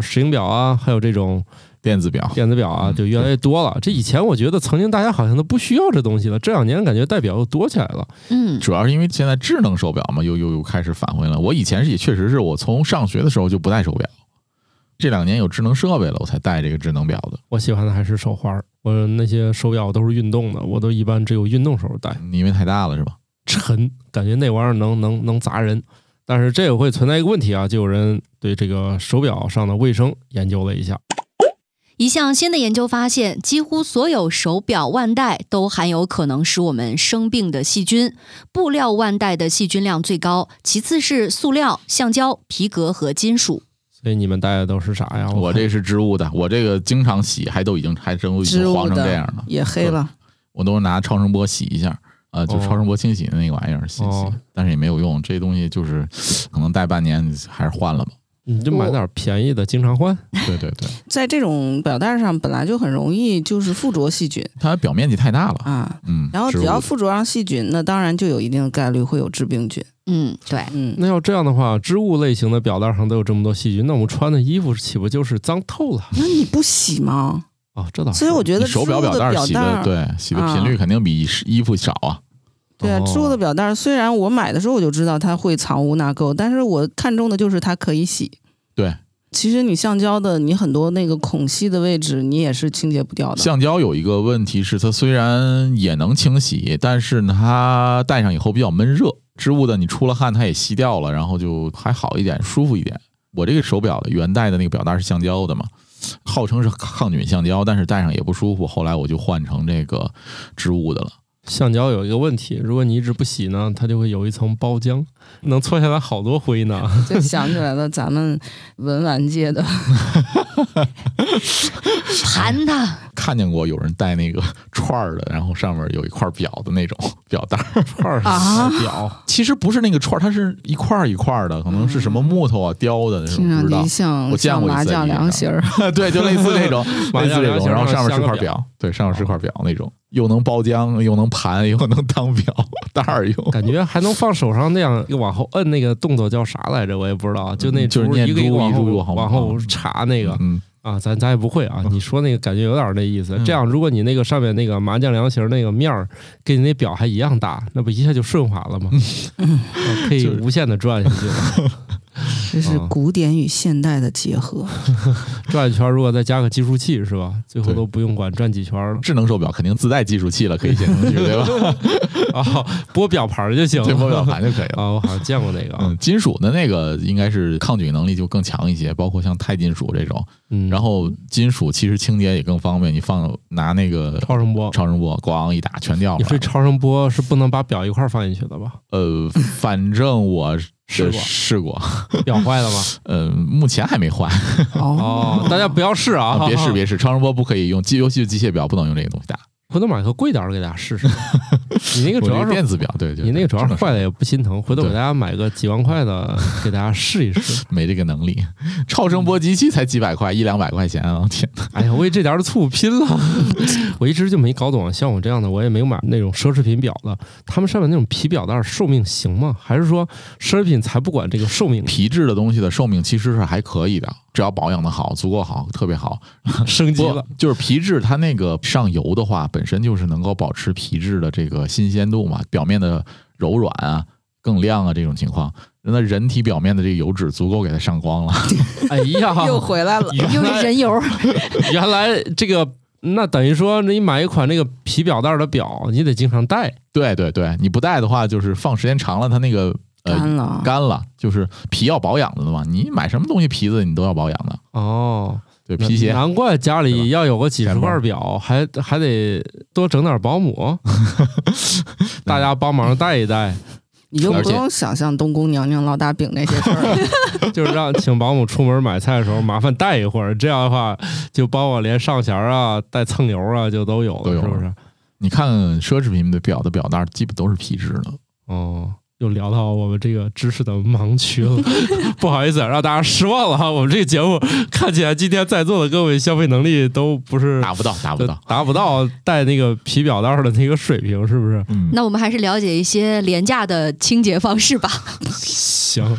石英表啊，还有这种
电子表，
电子表啊，
嗯
就越来越多了。这以前我觉得曾经大家好像都不需要这东西了，这两年感觉戴表又多起来了。
嗯，
主要是因为现在智能手表嘛，又又又开始返回了。我以前是也确实是我从上学的时候就不戴手表，这两年有智能设备了，我才戴这个智能表的。
我喜欢的还是手环儿，我那些手表都是运动的，我都一般只有运动时候戴。
你因为太大了是吧？
沉，感觉那玩意儿能能能砸人。但是这也会存在一个问题啊，就有人对这个手表上的卫生研究了一下。
一项新的研究发现，几乎所有手表腕带都含有可能使我们生病的细菌。布料腕带的细菌量最高，其次是塑料、橡胶、皮革和金属。
所以你们戴的都是啥呀？
我
看
这是织物的，我这个经常洗，还都已经还都已
织
经
物
黄成这样
的
了，
也黑了。
我都是拿超声波洗一下。啊，就
哦
超声波清洗的那个玩意儿洗一洗，
哦
但是也没有用，这东西就是可能戴半年还是换了吧。
你就买点便宜的，经常换。
对对对，
在这种表带上本来就很容易就是附着细菌
它表面积太大了，
啊，
嗯，
然后
植
只
物
要
的
附着上细菌，那当然就有一定的概率会有致病菌。
嗯，对。
嗯，
那要这样的话，织物类型的表带上都有这么多细菌，那我们穿的衣服岂不就是脏透了？
那你不洗吗？
哦，这倒是。
所以我觉得
啊你手表
织物
表
的
带
表
洗的
带，啊
对洗的频率肯定比衣服少啊，
对啊，
哦
织物的表带，虽然我买的时候我就知道它会藏污纳垢，但是我看中的就是它可以洗。
对，
其实你橡胶的，你很多那个孔隙的位置，你也是清洁不掉的。
橡胶有一个问题是，它虽然也能清洗，但是呢，它戴上以后比较闷热。织物的你出了汗，它也吸掉了，然后就还好一点，舒服一点。我这个手表的原带的那个表带是橡胶的嘛，号称是抗菌橡胶，但是戴上也不舒服。后来我就换成这个织物的了。
橡胶有一个问题，如果你一直不洗呢，它就会有一层包浆，能搓下来好多灰呢。
就想起来了，咱们文玩界的
盘它。
看见过有人戴那个 串儿的，然后上面有一块表的那种 表带儿，
串儿
啊
表，
其实不是那个串儿，它是一块儿一块儿的，可能是什么木头啊雕的那种，
听上
不知道
去。像
我见
像
过一
麻
次
将
一样
凉席儿，
对，就类似 那种，
麻
类似
将
这
凉席
种，
儿
然后上面
上
是块
个表
表，对，上面是块表那种，又能包浆，又能盘，又能当表带儿 用。
感觉还能放手上那样，又往后摁那个动作叫啥来着？我也不知道，啊就那
嗯就是
珠
念
一个一个
珠
往后
一珠往后
往后查那个
嗯，
啊，咱咱也不会啊。你说那个感觉有点那意思。
嗯
这样，如果你那个上面那个麻将凉席儿那个面儿跟你那表还一样大，那不一下就顺滑了吗？ 啊可以
嗯就是
无限的转下去 了。
这是
啊
古典与现代的 结合。
转一圈，如果再加个计数器，是吧？最后
对
都不用管转几圈了
智能手表肯定自带计数器了，可以写上去，对 吧？
啊，拨表盘儿就行
对，摸表
了。
盘就可以了。
啊，我好像见过那个啊。
嗯，金属的那个应该是抗菌能力就更强一些，包括像钛金属这种。
嗯，
然后金属其实清洁也更方便，你放拿那个
超声波，
超声波咣一打全掉
你
了
说。超声波是不能把表一块儿放进去的吧？
呃，反正我
试过
试过，
表坏 了吗？
呃，目前还没换。
哦，
哦，大家不要试啊，
别试别试，超声波不可以用，机尤其是机械表不能用这个东西打。
回头买个贵点儿的给大家试 试。你那个
我
主
这
要
个
是
电子表，对对，
你那个主要是
是
坏了也不心疼，回头给
对
大家买个几万块的给大家试一试。
没这个能力，超声波机器才几百块，一两百块钱啊！天哪，
哎呀，为这点儿醋拼了！ 我一直就没搞懂，像我这样的我也没有买那种奢侈品表的，他们上面那种皮表带儿寿命行吗？还是说奢侈品才不管这个寿命
皮质的东西的寿命其实是还可以的，只要保养的好，足够好，特别好。
升级
不
了？，
就是皮质它那个上油的话，本身就是能够保持皮质的这个新鲜度嘛，表面的柔软啊、更亮啊这种情况。那人体表面的这个油脂足够给它上光了，
哎 呀，
又回来了。
又是人油，
原来这个那等于说你买一款那个皮表带儿的表，你得经常戴。
对对对，你不戴的话，就是放时间长了，它那个呃
干了，
干了，就是皮要保养的嘛。你买什么东西皮子你都要保养的，
哦，
对皮鞋。
难怪家
对吧
里要有个几十
钱包
块表，还还得多整点保 姆，大家帮忙带一带，
你就
而
不
且
用想象东宫娘娘烙大饼那些事儿了。
就是让请保姆出门买菜的时候麻烦带一会儿，这样的话就帮我连上弦啊、带蹭油啊就都有
都有
了，
了
是不是？
你看奢侈品的表的表带基本都是皮质的，
哦。又聊到我们这个知识的盲区 了，不好意思啊，让大家失望了哈。我们这个节目看起来今天在座的各位消费能力都不是
达不到，达不到。
达不到戴那个皮表带的 那个水平，是不 是？
嗯，
那我们还是了解一些廉价的清洁方式吧。
行，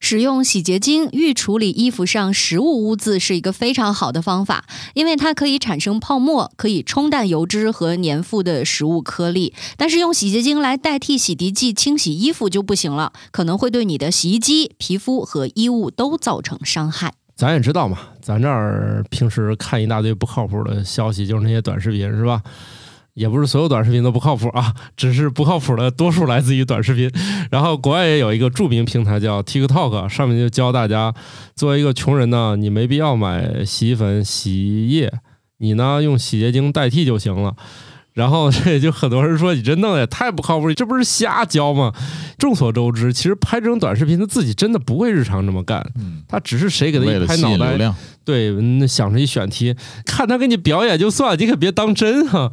使用洗洁精预处理衣服上食物污渍是一个非常好的方法，因为它可以产生泡沫，可以冲淡油脂和粘附的食物颗粒。但是用洗洁精来代替洗涤剂清洗衣服就不行了，可能会对你的洗衣机、皮肤和衣物都造成伤
嗯
害。
咱也知道嘛，咱这儿平时看一大堆不靠谱的消息，就是那些短视频，是吧？也不是所有短视频都不靠谱啊，只是不靠谱的多数来自于短视频。然后国外也有一个著名平台叫 TikTok，上面就教大家，作为一个穷人呢，你没必要买洗衣粉、洗衣液，你呢用洗洁精代替就行了。然后 这就很多人说你这弄得也太不靠谱，这不是瞎教吗？众所周知，其实拍这种短视频，他自己真的不会日常这么干，
嗯
他只是谁给他
为
一
了
拍
吸
脑
引
袋
流，量，
对，嗯想出一选题，看他给你表演就算，你可别当真哈、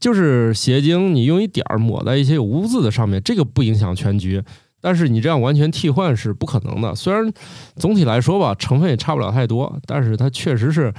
就是洗洁精，你用一点儿抹在一些有污渍的上面，这个不影响全局。但是你这样完全替换是不可能的。虽然总体来说吧，成分也差不了太多，但是它确实是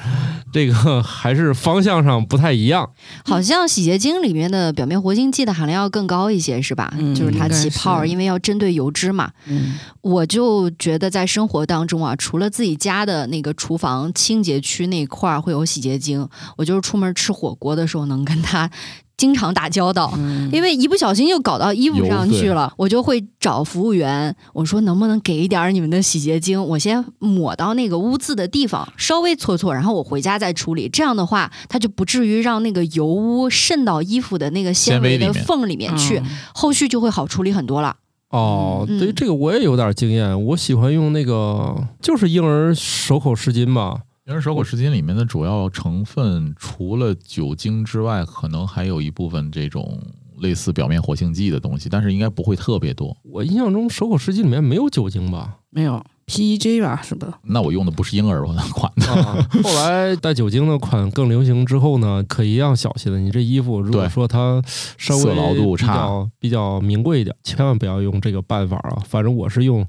这个 还是方向上不太一样。
好像洗洁精里面的表面活性剂的含量要更高一些，是吧？
嗯
就是它
应该
起泡，
是
因为要针对油脂嘛。
嗯
我就觉得在生活当中啊，除了自己家的那个厨房清洁区那块儿会有洗洁精，我就是出门吃火锅的时候能跟它 经常打交道。
嗯
因为一不小心就搞到衣服
油
上
对
去了，我就会找服务员，我说能不能给一点儿你们的洗洁精，我先抹到那个污渍的地方，稍微搓搓，然后我回家再处理。这样的话，它就不至于让那个油污渗到衣服的那个纤
纤维
维
里
的
面
缝里面去，
嗯
后续就会好处理很多了。
哦，
嗯
对这个我也有点经验，我喜欢用那个就是婴儿手口湿巾吧，
婴儿手口湿巾里面的主要成分，除了酒精之外，可能还有一部分这种类似表面活性剂的东西，但是应该不会特别多。
我印象中手口湿巾里面没有酒精吧？
没有 PEG 吧？是吧？
那我用的不是婴儿款的，
啊，后来带酒精的款更流行之后呢，可一样小心了。你这衣服如果
对
说它稍微
色牢度
比较比较名贵一点，千万不要用这个办法啊。反正我是用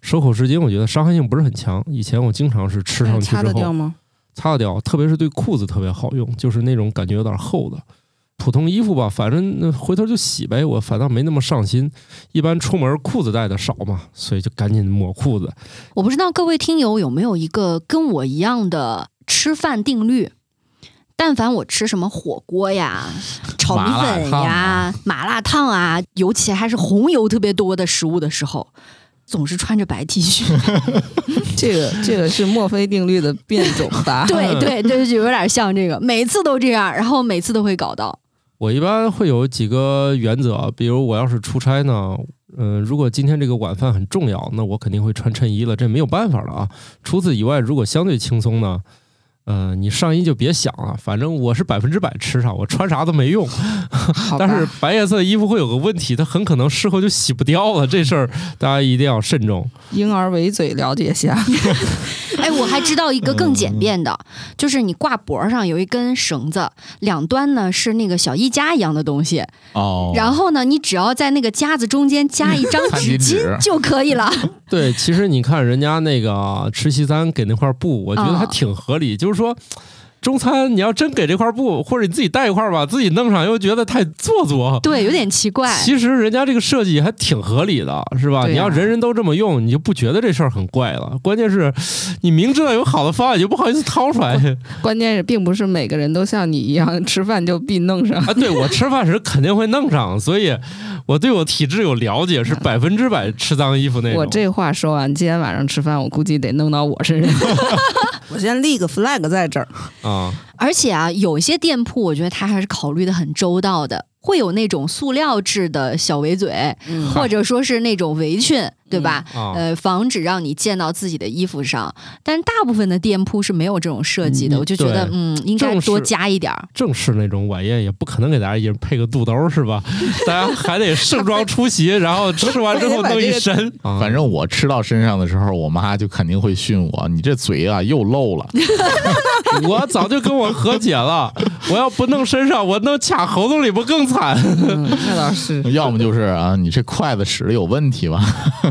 手口湿巾，我觉得伤害性不是很强。以前我经常是吃上
那
去
擦
之
得
后
掉吗？
擦得掉，特别是对裤子特别好用，就是那种感觉有点厚的。普通衣服吧，反正那回头就洗呗，我反倒没那么上心。一般出门裤子带的少嘛，所以就赶紧抹裤子。
我不知道各位听友有没有一个跟我一样的吃饭定律。但凡我吃什么火锅呀、炒米
麻
粉
辣烫
呀
啊、
麻辣烫啊，尤其还是红油特别多的食物的时候，总是穿着白 T 恤。
这个这个是墨菲定律的变种 吧？
对对对，就有点像这个，每次都这样，然后每次都会搞到。
我一般会有几个原则，啊比如我要是出差呢，嗯、如果今天这个晚饭很重要，那我肯定会穿衬衣了，这没有办法了啊。除此以外，如果相对轻松呢，呃，你上衣就别想了，反正我是百分之百吃啥，我穿啥都没用。
好吧
但是白颜色的衣服会有个问题，它很可能事后就洗不掉了，这事儿大家一定要慎重。
婴儿围嘴了解一下，
哎，我还知道一个更简便的，就是你挂脖上有一根绳子，两端呢是那个小衣夹一样的东西，
哦
然后呢，你只要在那个夹子中间加一 张
餐
纸
巾
巾
纸
就可以了。
对，其实你看人家那个吃西餐给那块布，我觉得还
嗯
啊
挺合理，就是说。中餐你要真给这块布，或者你自己带一块吧，自己弄上又觉得太做作。
对，有点奇怪。
其实人家这个设计还挺合理的，是吧？
对呀啊
你要人人都这么用，你就不觉得这事儿很怪了。关键是，你明知道有好的方案，你就不好意思掏出来
关键是并不是每个人都像你一样吃饭就必弄上。
啊！对我吃饭时肯定会弄上，所以我对我体质有了解，是百分之百吃脏衣服那种。
嗯我这话说完，今天晚上吃饭我估计得弄到我身上。 我先立个 flag 在这儿，
啊，
而且啊，有一些店铺，我觉得它还是考虑的很周到的，会有那种塑料制的小围嘴，
嗯
或者说是那种围裙，对吧？
啊
呃，防止让你溅到自己的衣服上，但大部分的店铺是没有这种设计的，
嗯
我就觉得
对
嗯，应该
正
多
是
加一点儿。
正式那种晚宴也不可能给大家一人配个肚兜是吧？大家还得盛装出席，然后吃完之后弄一身。啊
反正我吃到身上的时候，我妈就肯定会训我：“你这嘴啊又漏了。。
我早就跟我和解了，我要不弄身上，我弄卡喉咙里不更惨？
嗯，那倒是
要么就是啊，你这筷子使的有问题吧？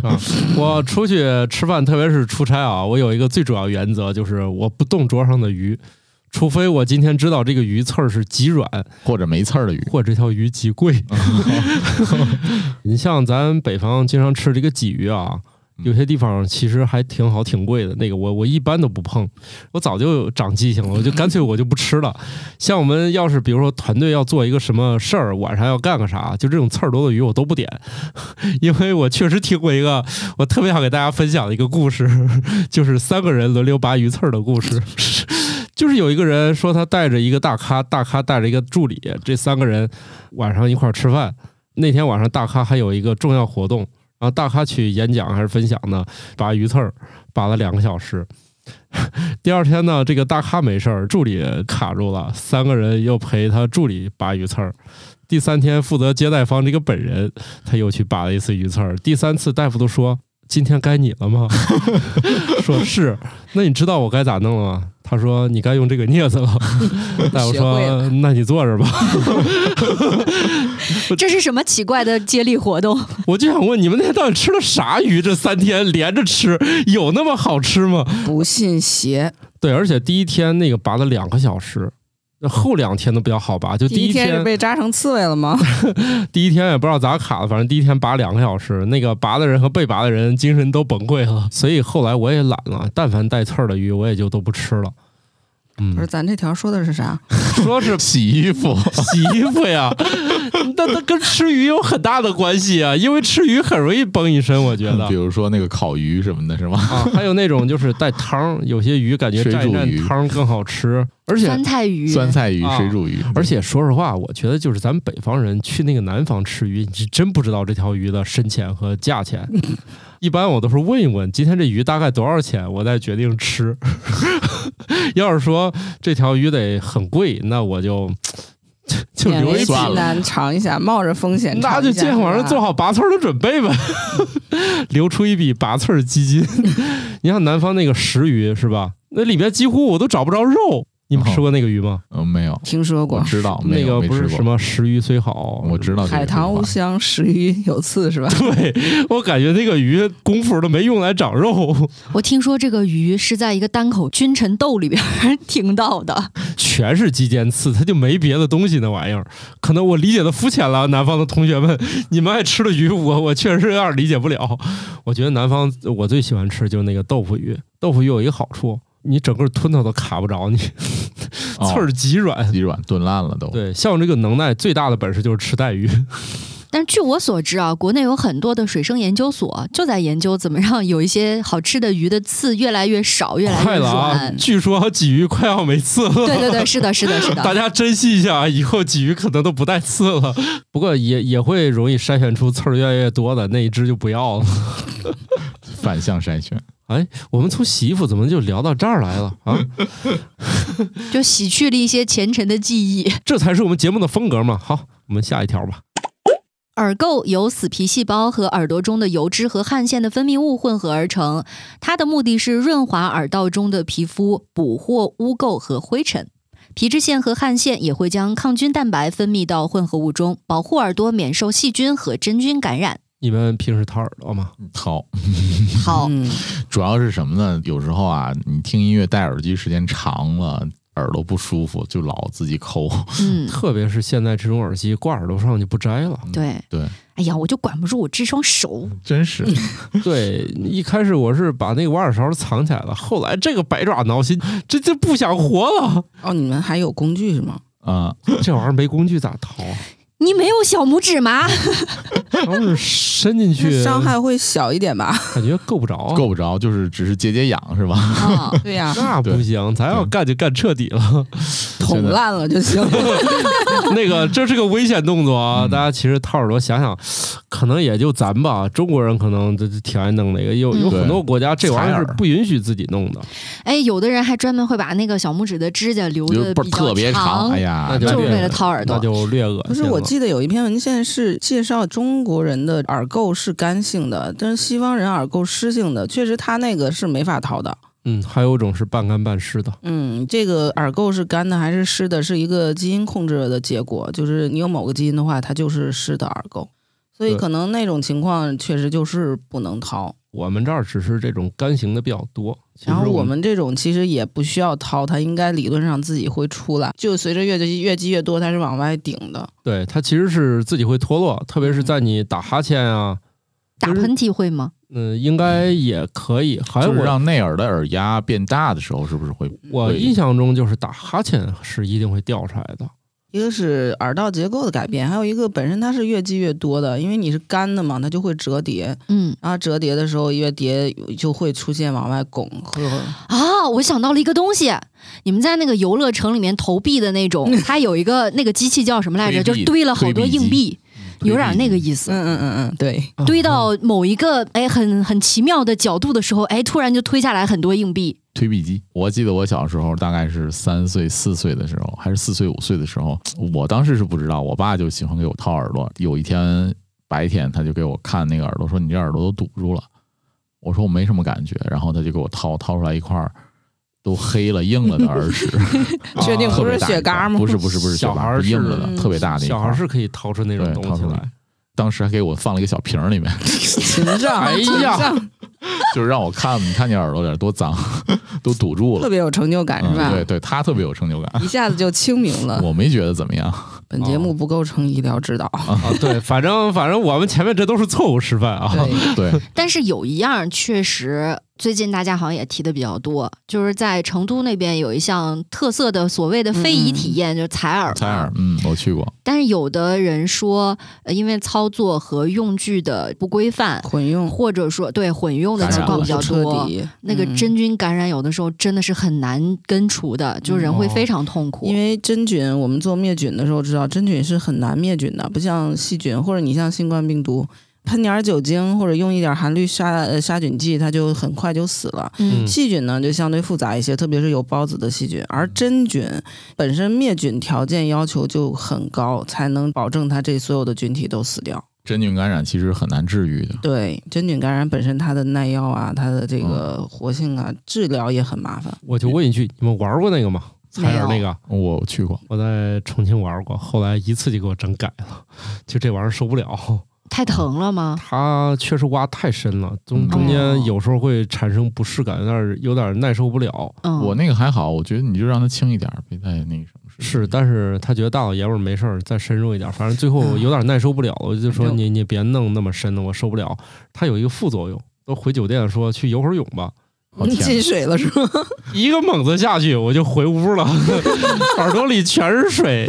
我出去吃饭，特别是出差啊，我有一个最主要原则，就是我不动桌上的鱼。除非我今天知道这个鱼刺儿是极软，
或者没刺儿的鱼。
或者这条鱼极贵。 你像咱北方经常吃这个鲫鱼啊，有些地方其实还挺好，挺贵的。那个我我一般都不碰，我早就长记性了，我就干脆我就不吃了。像我们要是比如说团队要做一个什么事儿，晚上要干个啥，就这种刺儿多的鱼我都不点， 因为我确实听过一个我特别想给大家分享的一个故事， 就是三个人轮流拔鱼刺儿的故事。 就是有一个人说他带着一个大咖，大咖带着一个助理，这三个人晚上一块儿吃饭。那天晚上大咖还有一个重要活动，然后大咖去演讲还是分享呢，拔鱼刺儿拔了两个小时。 第二天呢，这个大咖没事儿，助理卡住了，三个人又陪他助理拔鱼刺儿。第三天，负责接待方这个本人，他又去拔了一次鱼刺儿。第三次，大夫都说：“今天该你了吗？” 说是。那你知道我该咋弄了吗？他说：“你该用这个镊子了。” 大夫
学会
说
了：“
那你坐着吧。”
这是什么奇怪的接力活动？
我就想问你们那天到底吃了啥鱼？这三天连着吃，有那么好吃吗？
不信邪，
对，而且第一天那个拔了两个小时，后两天都比较好拔。就嗯
第一天
天
是，被扎成刺猬了吗？
第一天也不知道咋卡的，反正第一天拔两个小时，那个拔的人和被拔的人精神都崩溃了。所以后来我也懒了，但凡带刺儿的鱼我也就都不吃了。
不是，咱这条说的是啥？
说是
洗衣服，
洗衣服呀， 那那跟吃鱼有很大的关系啊，因为吃鱼很容易崩一身，我觉得
比如说那个烤鱼什么的，是吧？
啊，还有那种就是带汤，有些鱼感觉
水
蘸一
煮
蘸
鱼
汤更好吃，而且
酸菜鱼，
酸菜鱼、
啊
水煮鱼，
而且说实话，我觉得就是咱们北方人去那个南方吃鱼，你是真不知道这条鱼的深浅和价钱。一般我都是问一问，今天这鱼大概多少钱，我再决定吃。 要是说这条鱼得很贵，那我就 就
勉
留一
为
笔
其
算了
难尝一下，冒着风险
那
尝
就
一下
今天晚上做。好拔刺儿的准备吧， 留出一笔拔刺儿基金。 你像南方那个石鱼是吧？那里面几乎我都找不着肉。你们吃过那个鱼吗？
嗯，没有，
听说
我
哦
过
知道，没
那
有
个
没
不
吃
是
过
什，么食鱼虽好，
我知道这个
海棠
说
无
法
香，食鱼有刺是吧？
对我感觉那个鱼功夫都没用来长肉，
我听说这个鱼是在一个单口君臣斗里边儿 听到的，
全是肌尖刺，它就没别的东西那玩意儿。可能我理解的肤浅了，南方的同学们，你们爱吃的鱼，我我确实有点理解不了。我觉得南方我最喜欢吃就是那个豆腐鱼，豆腐鱼有一个好处，你整个吞头都卡不 着你，
哦
刺儿极软。
鸡软炖烂了都。
对，像我这个能耐最大的本事就是吃带鱼，
但是据我所知啊，国内有很多的水生研究所就在研究怎么让有一些好吃的鱼的刺越来越少，越来
快
越
了啊！
软。
据说鲫鱼快要没刺了。
对对对，是的，是的，是的。
大家珍惜一下啊，以后鲫鱼可能都不带刺了，不过也也会容易筛选出刺儿越来越多的那一只就不要了。
反向筛选，
我们从洗衣服怎么就聊到这儿来了
嗯
啊？
就洗去了一些前尘的记忆。
这才是我们节目的风格嘛。好，我们下一条吧。
耳垢由死皮细胞和耳朵中的油脂和汗腺的分泌物混合而成，它的目的是润滑耳道中的皮肤，捕获污垢和灰尘。皮脂腺和汗腺也会将抗菌蛋白分泌到混合物中，保护耳朵免受细菌和真菌感染。
你们平时掏耳朵吗？
好，
好，
嗯，
主要是什么呢？有时候啊，你听音乐戴耳机时间长了，耳朵不舒服，就老自己抠。
嗯，
特别是现在这种耳机挂耳朵上就不摘了。
对
嗯对，
哎呀，我就管不住我这双手，
真是嗯
对，一开始我是把那个挖耳勺藏起来了，后来这个百爪挠心，这就不想活了。
哦，你们还有工具是吗？
啊，
这玩意儿没工具咋掏啊？
你没有小拇 指吗？
要
嗯
是伸进去
那，伤害会小一点 吧？
感觉够不着啊。
够不着，就是只是解解痒是吧？
啊、
对呀、
那不
对
行，咱要
对
干就干彻底了。
捅烂了就 行。
那个，这是个危险动作啊！
嗯
大家其实掏耳朵想想，可能也就咱吧，中国人可能这这挺爱弄那个，有有
嗯
很多国家这玩意儿
采
是
耳
不允许自己弄的。
哎，有的人还专门会把那个小拇指的指甲留
就
的
不是特别长，哎呀
那，就
就是
略
为了掏耳朵
那就略恶
不是，
心了。
我记得有一篇文献是介绍中国人的耳垢是干性的，但是西方人耳垢湿性的，确实他那个是没法逃的。
嗯，还有一种是半干半湿的，
嗯，这个耳垢是干的还是湿的，是一个基因控制的结果，就是你有某个基因的话，它就是湿的耳垢，所以
对
可能那种情况确实就是不能掏。
我们这儿只是这种干型的比较多。其
然后
实
我们这种其实也不需要掏，它应该理论上自己会出来，就随着越积越积越多，它是往外顶的。
对它其实是自己会脱落，特别是在你打哈欠啊，
打
就是
喷嚏会吗？
嗯，应该也可以。还有
就是
我
让内耳的耳压变大的时候，是不是会？
我
会
印象中就是打哈欠是一定会掉出来的。
一个是耳道结构的改变，还有一个本身它是越积越多的，因为你是干的嘛，它就会折叠，
嗯
然后折叠的时候越叠就会出现往外拱和
啊，我想到了一个东西，你们在那个游乐城里面投币的 那种，它有一个那个机器叫什么来
推
着？
币
就是堆了好多硬
推币
币，有点那个意
嗯
思。
嗯嗯嗯，对，
堆到某一个哎很很奇妙的角度的时候，哎，突然就推下来很多硬币。
推币机。我记得我小时候大概是三岁、四岁的时候，还是四岁、五岁的时候，我当时是不知道，我爸就喜欢给我掏耳朵。有一天白天，他就给我看那个耳朵，说你这耳朵都堵住了。我说我没什么感觉，然后他就给我掏掏出来一块儿都黑了、硬了的 耳屎，
确定
啊特
不
别
是
大一块
雪茄吗？
不是不是不是雪
小孩
茄，
儿
是
是
硬了
嗯
的，特别大的一块
小孩
儿。
是可以掏出那种
对
东
掏
西
出
来。
当时还给我放了一个小瓶儿，里面
屏障，
哎呀
屏障
就是让我看，你看你耳朵里多脏， 都堵住
特
了。
别有成就感是吧
嗯、？对对，他特别有成就感。
一下子就清明了。
我没觉得怎么样，
本节目不构成医疗指导，
啊， 对，反正反正我们前面这都是错误示范啊。
对，
对，
但是有一样确实最近大家好像也提的比较多，就是在成都那边有一项特色的所谓的非遗体验，就是采耳。
采耳，。嗯，我去过，
但是有的人说，呃因为操作和用具的不规范，
混用
或者说对混用的
感
情
染
况比较
彻
多。
底，
那个
嗯
真菌感染有的时候真的是很难根除的，就是人会
哦
非常痛苦。嗯
因为真菌，我们做灭菌的时候知道，真菌是很难灭菌的，不像细菌，或者你像新冠病毒，喷点儿酒精或者用一点含氯杀呃杀菌剂，它就很快就死了。
嗯
细菌呢就相对复杂一些，特别是有孢子的细菌，而真菌本身灭菌条件要求就很高，才能保证它这所有的菌体都死掉。
真菌感染其实很难治愈的。
对，真菌感染本身它的耐药啊，它的这个活性啊，治疗也很麻烦。
我就问一句，你们玩过那个吗？采耳
没
那
有
个，
我去过，
我在重庆玩过，后来一次就给我整改了，就这玩意儿受不了。
太疼了吗？
它确实挖太深了，中
嗯
中
哦
间有时候会产生不适感，有点有点耐受不了。
嗯，
我那个还好，我觉得你就让它轻一点儿，别再那个什么。
是，但是他觉得大老爷们儿没事儿，再深入一点儿，反正最后有点耐受不了了，我就说
嗯
你你别弄那么深的，我受不了。他有一个副作用，都回酒店说去游会儿泳吧，
我天
进水了是吧？
一个猛子下去我就回屋了， 耳朵里全是水。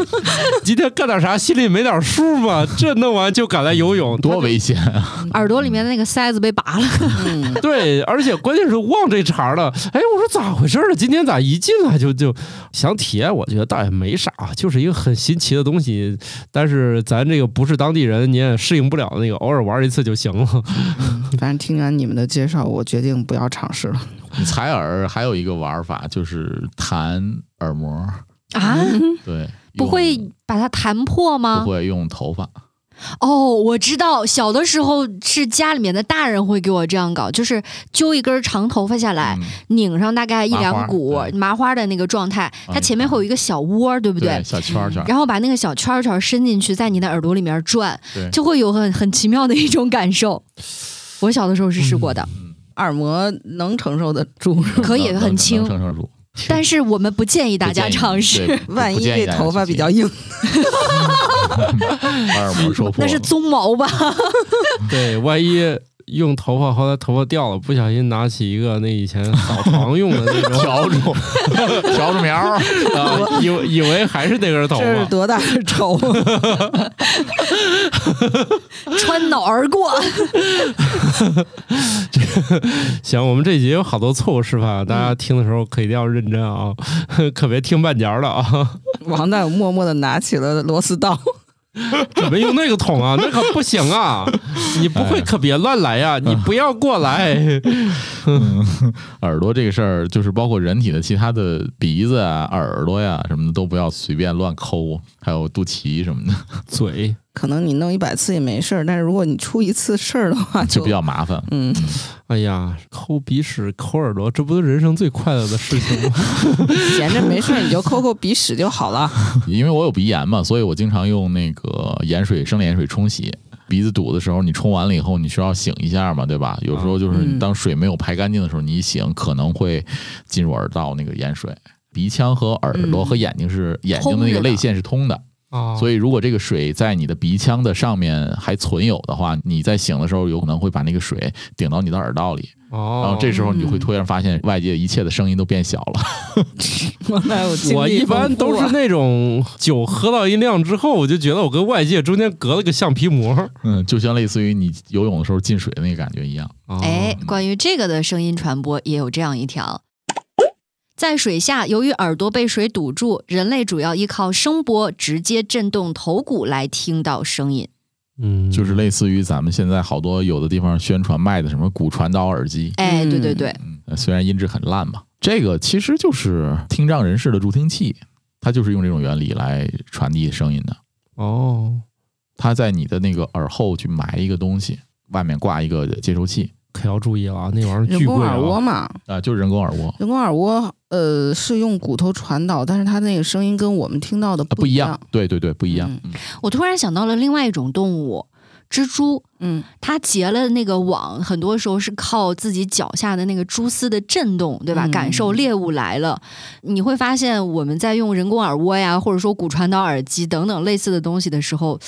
今天干点啥心里没点数吗？这弄完就赶来游泳，
多危险 啊！
耳朵里面的那个塞子被拔了，
嗯，
对，而且关键是忘这茬儿了。哎，我说咋回事儿了？今天咋一进来就就想体验？我觉得倒也没啥，就是一个很新奇的东西。但是咱这个不是当地人，你也适应不了那个，偶尔玩一次就行了。
反正听完你们的介绍，我决定不要尝试了。
你采耳还有一个玩法就是弹耳膜，
啊，
对，
不
用
会啊把它弹破吗
不？会用头发，
哦，我知道，小的时候是家里面的大人会给我这样搞，就是揪一根长头发下来，
嗯
拧上大概一
麻
两
花
股
对啊
麻花的那个状态，它前面会有一个小窝儿，对不
对
对？
小圈儿圈儿，
然后把那个小圈儿圈儿伸进去，在你的耳朵里面转，
对，
就会有很很奇妙的一种感受。我小的时候是试过的，
耳膜能承受得住，
可以
能
很
能
轻
嗯能承受住，
但是我们不建议大
不
家
建议
尝试，
对不
万
不
一
建议
这
大家
头发
去
比较
接
硬，
把耳膜戳破
那
了，
是鬃毛 吧？
对，万一用头发，后来头发掉了，不小心拿起一个那以前扫床用的那种。
笤帚笤帚苗儿，
啊，以为以为还是那根头
这是
发，
多大的仇？
穿脑而过，
行，我们这集有好多错误示范，大家
嗯
听的时候可一定要认真啊，可别听半截儿了啊。
王大有默默的拿起了螺丝刀，
准备用那个桶啊，那可不行啊！你不会可别乱来呀、你不要过来。
耳朵这个事儿，就是包括人体的其他的鼻子啊、耳朵呀、什么的，都不要随便乱抠，还有肚脐什么的，
嘴
可能你弄一百次也没事儿，但是如果你出一次事儿的话，
就
就
比较麻烦。
嗯，
哎呀，抠鼻屎、抠耳朵，这不是人生最快乐的事情吗？
闲着没事儿你就抠抠鼻屎就好了。
因为我有鼻炎嘛，所以我经常用那个盐水、生理盐水冲洗。鼻子堵的时候，你冲完了以后，你需要醒一下嘛，对吧？有时候就是
嗯
你当水没有排干净的时候，你一醒可能会进入耳道那个盐水。鼻腔和耳
嗯
朵和眼睛是眼睛的那
通着
个
的
泪腺是通的，
啊，
所
以
以如果这个水在你的鼻腔的上面还存有的话，你在醒的时候有可能会把那个水顶到你的耳道里，然
哦
后，这时候你就会
嗯
突然发现外界一切的声音都变小了。
王大有经 历
我一般
丰富
都
啊
是那种酒喝到一量之后，我就觉得我跟外界中间隔了个橡皮膜。
嗯，就像类似于你游泳的时候进水的那个感觉一样。
哦
哎，，关于这个的声音传播也有这样一条。在水下，由于耳朵被水堵住，人类主要依靠声波直接震动头骨来听到声音。
嗯，
就是类似于咱们现在好多有的地方宣传卖的什么骨传导耳机，
哎，
嗯
对对对，
嗯，呃虽然音质很烂吧，这个其实就是听障人士的助听器，它就是用这种原理来传递声音的。
哦
它在你的那个耳后去埋一个东西，外面挂一个接收器
可要注意了啊，那玩意儿
人
巨
工
贵
耳蜗
啊。
嘛，
啊、就是人工耳蜗。
人工耳蜗呃是用骨头传导，但是它那个声音跟我们听到的
啊，不
一
一样，对对对，不一样。嗯
我突然想到了另外一种动物，蜘蛛，
嗯，
它结了那个网，很多时候是靠自己脚下的那个蛛丝的震动，对吧？
嗯
感受猎物来了，你会发现我们在用人工耳蜗呀，或者说骨传导耳机等等类似的东西的时候，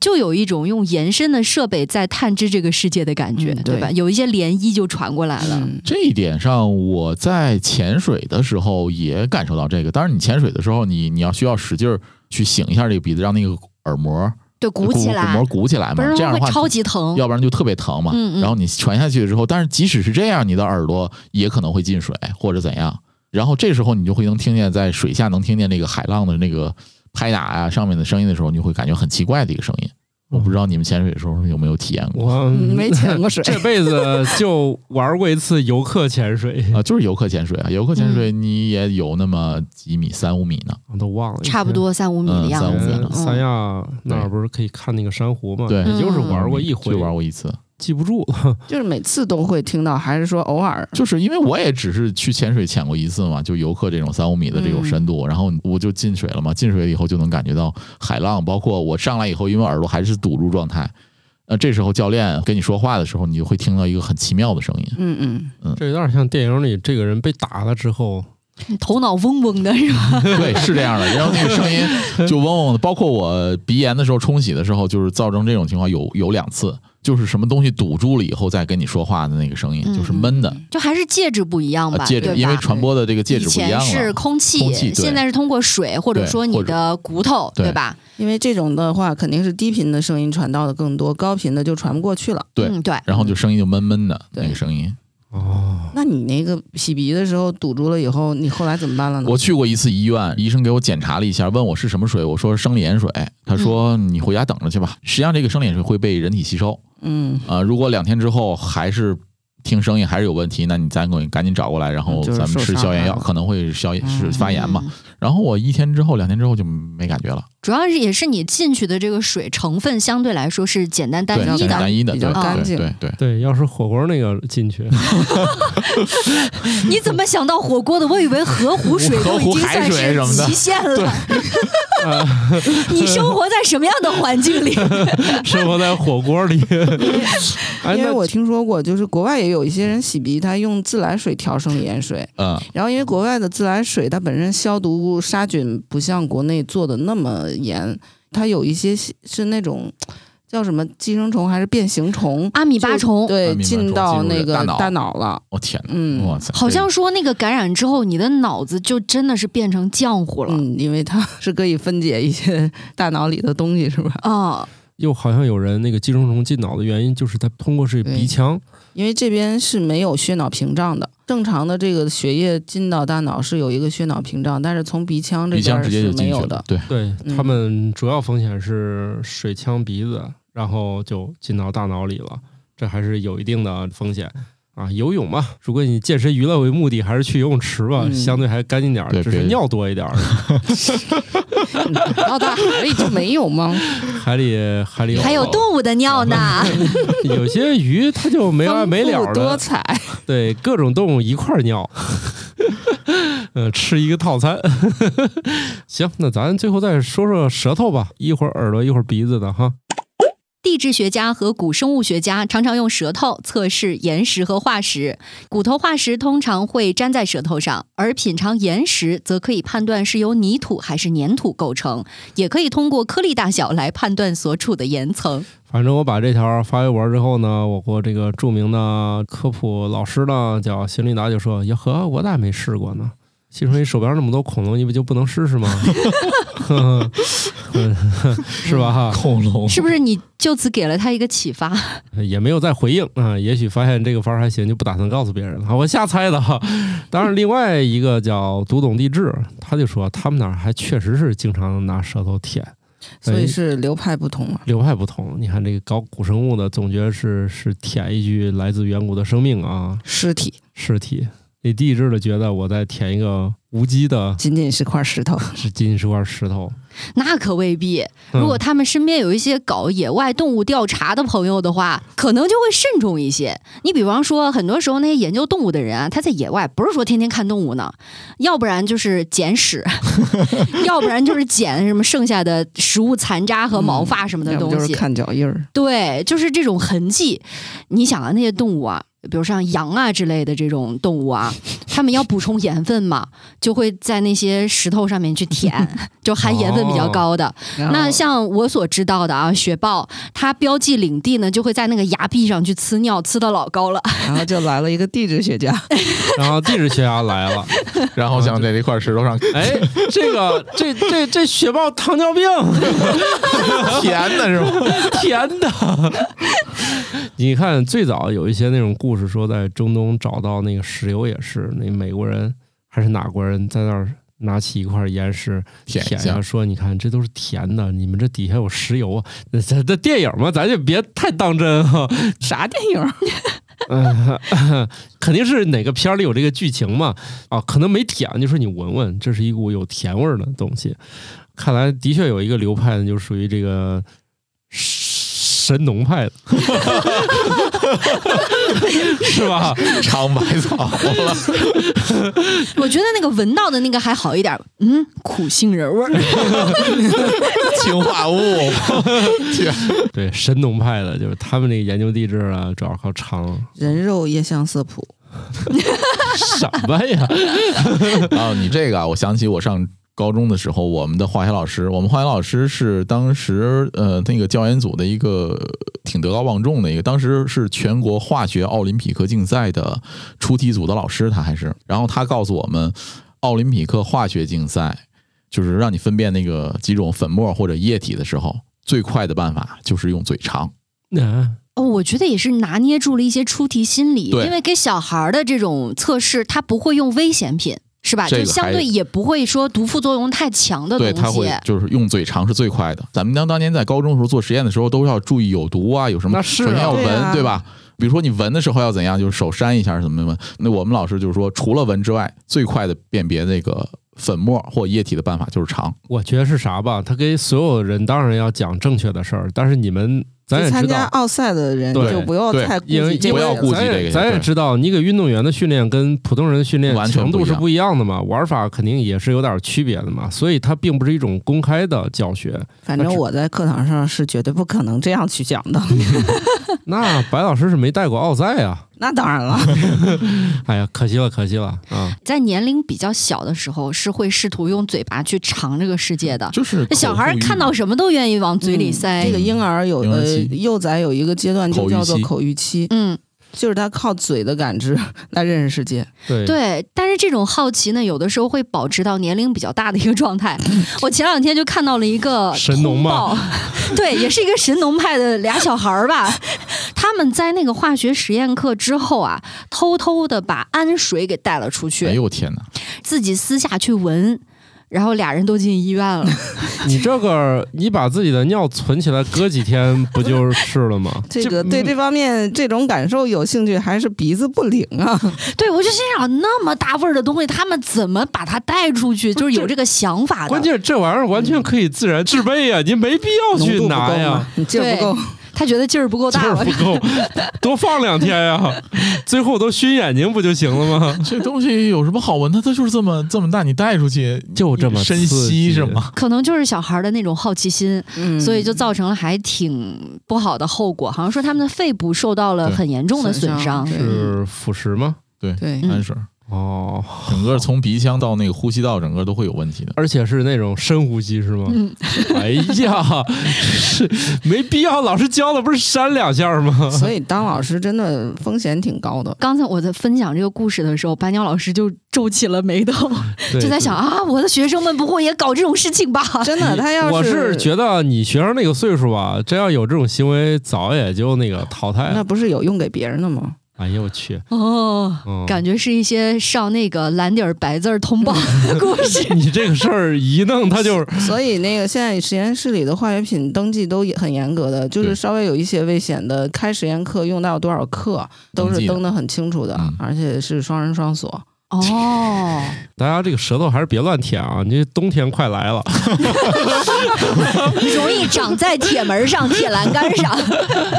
就有一种用延伸的设备在探知这个世界的感觉，
嗯
对
对
吧？有一些涟漪就传过来了。
嗯
这一点上，我在潜水的时候也感受到这个。当然，你潜水的时候，你你要需要使劲儿去醒一下这个鼻子，让那个耳膜
对，鼓起
鼓
来
膜，鼓起来
不
嘛
然。
这样
会
的话，
超级疼。
要不然就特别疼嘛。
嗯嗯
然后你传下去之后，但是即使是这样，你的耳朵也可能会进水或者怎样。然后这时候你就会能听见在水下能听见那个海浪的那个拍打呀、上面的声音的时候，你就会感觉很奇怪的一个声音。我不知道你们潜水的时候有没有体验过
我
嗯
嗯
没潜过水
这辈子就玩过一次游客潜水，
啊、就是游客潜水啊，游客潜水你也有那么几米、三五米呢。
我都忘了，
差不。多三五米的
嗯
以
样
前
三五
子
米了
呃，三亚那儿不是可以看那个珊瑚吗？
对
也嗯就是
嗯
玩过一回
就，玩过一次，
记不住了。
就是每次都会听到，还是说偶尔？
就是因为我也只是去潜水潜过一次嘛，就游客这种三五米的这种深度，然后我就进水了嘛，进水以后就能感觉到海浪，包括我上来以后，因为耳朵还是堵住状态，呃，这时候教练跟你说话的时候，你就会听到一个很奇妙的声音，
嗯嗯，
这有点像电影里这个人被打了之后，
嗯头脑嗡嗡的是吧？
对，是这样的，然后那个声音就嗡嗡的，包括我鼻炎的时候冲洗的时候，就是造成这种情况有有两次，就是什么东西堵住了以后再跟你说话的那个声音，
嗯
就是闷的。
就还是介质不一样
呃
吧？
戒指，
对
因为
吧？
传播的这个戒
以
指不一样
前
了。
是空气，
空气对
现在是通过水或者
对
说你
或者
的骨头，
对
对吧？
因为这种的话，肯定是低频的声音传到的更多，高频的就传不过去了。
对
嗯，对。
然后就声音就闷闷的
对
那个声音。
哦，
那你那个洗鼻的时候堵住了以后，你后来怎么办了呢？
我去过一次医院，医生给我检查了一下，问我是什么水，我说是生理盐水，他说
嗯
你回家等着去吧。实际上，这个生理盐水会被人体吸收
嗯，
啊、呃如果两天之后还是听声音还是有问题，那你咱赶赶紧找过来，然后
就是
咱们
受
吃
伤
消炎药，
了
可能会消炎是
嗯
发炎嘛。
嗯
然后我一天之后、两天之后就没感觉了，
主要是也是你进去的这个水成分相对来说是简单单
对，
一
简
的，
单一的，
比较
对
干
对
净
对对。
对，要是火锅那个进去，
你怎么想到火锅的？我以为河湖水
河
都已
湖
经
海
算
水
是
什么的
极限了。 你生活在什么样的环境里？
生活在火锅 里。哎，
因为
那
我听说过，就是国外也有一些人洗鼻，他用自来水调生理盐水，
嗯，
然后因为国外的自来水它本身消毒杀菌不像国内做的那么严，它有一些是是那种叫什么寄生虫还是变形虫，
阿米巴虫，
对
啊明白
进
虫
到
进入
那
大
个
脑
大脑了，
我、天哪，
嗯
哇塞，
好像说那个感染之后，你的脑子就真的是变成浆糊了。
嗯，因为它 是可以分解一些大脑里的东西，是吧？
哦，
又好像有人那个寄生虫进脑的原因就是它通过是鼻腔，
因为这边是没有血脑屏障的，正常的这个血液进到大脑是有一个血脑屏障，但是从鼻腔这
鼻腔
边
直接
是
就进
没
去
有
了
的，。
对，
对
嗯
他们主要风险是水呛鼻子，然后就进到大脑里了，这还是有一定的风险。啊，游泳嘛，如果你健身娱乐为目的，还是去游泳池吧，
嗯
相对还干净点儿，
对
只是
别
尿多一 点儿。
到大海里就没有吗？
海里海里啊
还有动物的尿 呢。
有些鱼它就没
啊
完没
丰
了
富多
的，
彩，
哎
对各种动物一块儿尿， 呃，吃一个套餐。 行，那咱最后再说说舌头吧，一会儿耳朵，一会儿鼻子的哈。
地质学家和古生物学家常常用舌头测试岩石和化石。骨头化石通常会粘在舌头上，而品尝岩石则可以判断是由泥土还是粘土构成，也可以通过颗粒大小来判断所处的岩层。
反正我把这条发微博之后呢，我国这个著名的科普老师呢，叫邢立达，就说：“呀呵，我咋没试过呢？”心说：“你手边那么多恐龙，你不就不能试试吗？ 嗯是吧？哈，
恐龙
是不是你就此给了他一个启发？
也没有再回应啊、也许发现这个法儿还行，就不打算告诉别人了。我瞎猜的哈。当然，另外一个叫读懂地质，他就说他们那儿还确实是经常拿舌头舔，
所以
哎
是流派不同嘛。
流派不同。你看这个搞古生物的，总觉得是是舔一具来自远古的生命啊，
尸体
尸体。你地质的觉得我在舔一个无机的，
仅仅是块石头，
啊 是仅仅是块石头。
那可未必。
嗯
如果他们身边有一些搞野外动物调查的朋友的话，可能就会慎重一些。你比方说，很多时候那些研究动物的人啊，他在野外不是说天天看动物呢，要不然就是捡屎， 要不然就是捡什么剩下的食物残渣和毛发什么的
要不
东
就是
西。
看脚印儿，
对，就是这种痕迹。你想啊，那些动物啊，比如像羊啊之类的这种动物啊，它们要补充盐分嘛，就会在那些石头上面去填，就含盐分比较
哦
高的。
然后
那像我所知道的啊，雪豹它标记领地呢，就会在那个崖壁上去呲尿，呲到老高了。
然后就来了一个地质学家，
然后地质学家来 了，
然后想在这块石头上
哎，这个这这这雪豹糖尿病
填的是吗？
甜的。你看，最早有一些那种故事说，在中东找到那个石油也是，那美国人还是哪国人在那儿拿起一块岩石
舔一
舔
下
下，说你看这都是甜的，你们这底下有石油啊。那这这电影嘛，咱就别太当真啊哈、
啥电影儿？
嗯， 肯定是哪个片儿里有这个剧情嘛？啊，可能没舔，就说你闻闻，这是一股有甜味儿的东西。看来的确有一个流派呢，就属于这个神农派的， 是吧？
尝百啊草了，
我觉得那个闻到的那个还好一点儿，嗯，苦杏仁味儿。
氰化物，天
对，神农派的，就是他们那个研究地质啊，主要靠 尝。
人肉夜香色谱，
什么呀？
啊！你这个啊，我想起我上高中的时候，我们的化学老师，我们化学老师是当时呃那个教研组的一个挺德高望重的一个，当时是全国化学奥林匹克竞赛的出题组的老师，他还是，然后他告诉我们，奥林匹克化学竞赛就是让你分辨那个几种粉末或者液体的时候，最快的办法就是用嘴尝。
啊
哦，我觉得也是拿捏住了一些出题心理，
对
因为给小孩儿的这种测试，他不会用危险品。是吧？
这
就
个
相
还
对也不会说毒副作用太强的东
对，
西。
他会就是用嘴尝是最快的。咱们当当年在高中的时候做实验的时候，都要注意有毒啊，有什么
那是啊
首先要闻，
对啊
吧？比如说你闻的时候要怎样，就是手扇一下怎么闻。那我们老师就是说，除了闻之外，最快的辨别那个粉末或液体的办法就是尝。
我觉得是啥吧？他给所有人当然要讲正确的事儿，但是你们咱也
去参
知
加
道，
奥赛的人
对
就不要
对
太顾
因为
忌这
因
个
为
了，
不要顾
咱
忌这
也
个
咱也
对
知道，你给运动员的训练跟普通人的训练
完全
强度是
不
不一样的嘛，玩法肯定也是有点区别的嘛，所以它并不是一种公开的教 学。
反正我在课堂上是绝对不可能这样去讲 的。
那白老师是没带过奥赛啊，
那当然了，
哎呀，可惜了，可惜了啊！
在年龄比较小的时候，是会试图用嘴巴去尝这个世界的。
就是
啊那小
口
孩儿
欲
看到什么都愿意往嘴里
嗯
塞
这。个婴儿有
哎婴儿
呃
期
幼崽有一个阶段
口
就
欲
叫做
期
口欲期，
嗯，
就是他靠嘴的感知来认识世界。
对
对，但是这种好奇呢，有的时候会保持到年龄比较大的一个状 态。我前两天就看到了一个
神农
通
吗
报，对，也是一个神农派的俩小孩儿吧。 他们在那个化学实验课之后啊，偷偷的把氨水给带了出去，
哎呦天哪！
自己私下去闻，然后俩人都进医 院了。
你这个，你把自己的尿存起来，搁几天不就是了吗？ 嗯
这个对这方面这种感受有兴趣，还是鼻子不灵啊？
对我就心想，那么大味儿的东西，他们怎么把它带出去？就是有这个想法的。
关键这玩意儿完全可以自然制备呀、您没必 要
浓
去
度不够
拿呀
嘛，，你劲儿不
对
够。
他觉得劲儿不够
劲
大
儿
了
不。够， 多放两天呀、最后都熏眼睛不就行了吗？
这东西有什么好闻的？它就是这么这么大，你带出去
就这么
深
刺
吸
激
是吗？
可能就是小孩儿的那种好奇心，
嗯
所以就造成了还挺不好的后果，好像说他们的肺部受到了
对
很严重的损
损
伤
伤。对
是腐蚀吗？
对
嗯
氨水，
哦，
整个从鼻腔到那个呼吸道，整个都会有问题的。
而且是那种深呼吸是吗？
嗯
哎呀，是没必要，老师教的不是扇两下 吗？
所以当老师真的风险挺高的。
刚才我在分享这个故事的时候，白鸟老师就皱起了眉头，
对
就在想。啊，我的学生们不会也搞这种事情吧？
真的，他要
我
是
是觉得你学生那个岁数吧，真要有这种行为，早也就那个淘汰
那
了。
不是有用给别人的 吗？
哎呦我去，
哦，
嗯，。
感觉是一些上那个蓝底儿白字儿通报的故事
你这个事儿一弄，他就是
所以那个现在实验室里的化学品登记都也很严格的，就是
对
稍微有一些危险的，开实验课用到多少克都
登
是
记的
登的很清楚的
嗯，
而且是双人双锁。
哦，
大家这个舌头还是别乱舔啊！你这冬天快来了，
容易长在铁门上、铁栏杆上。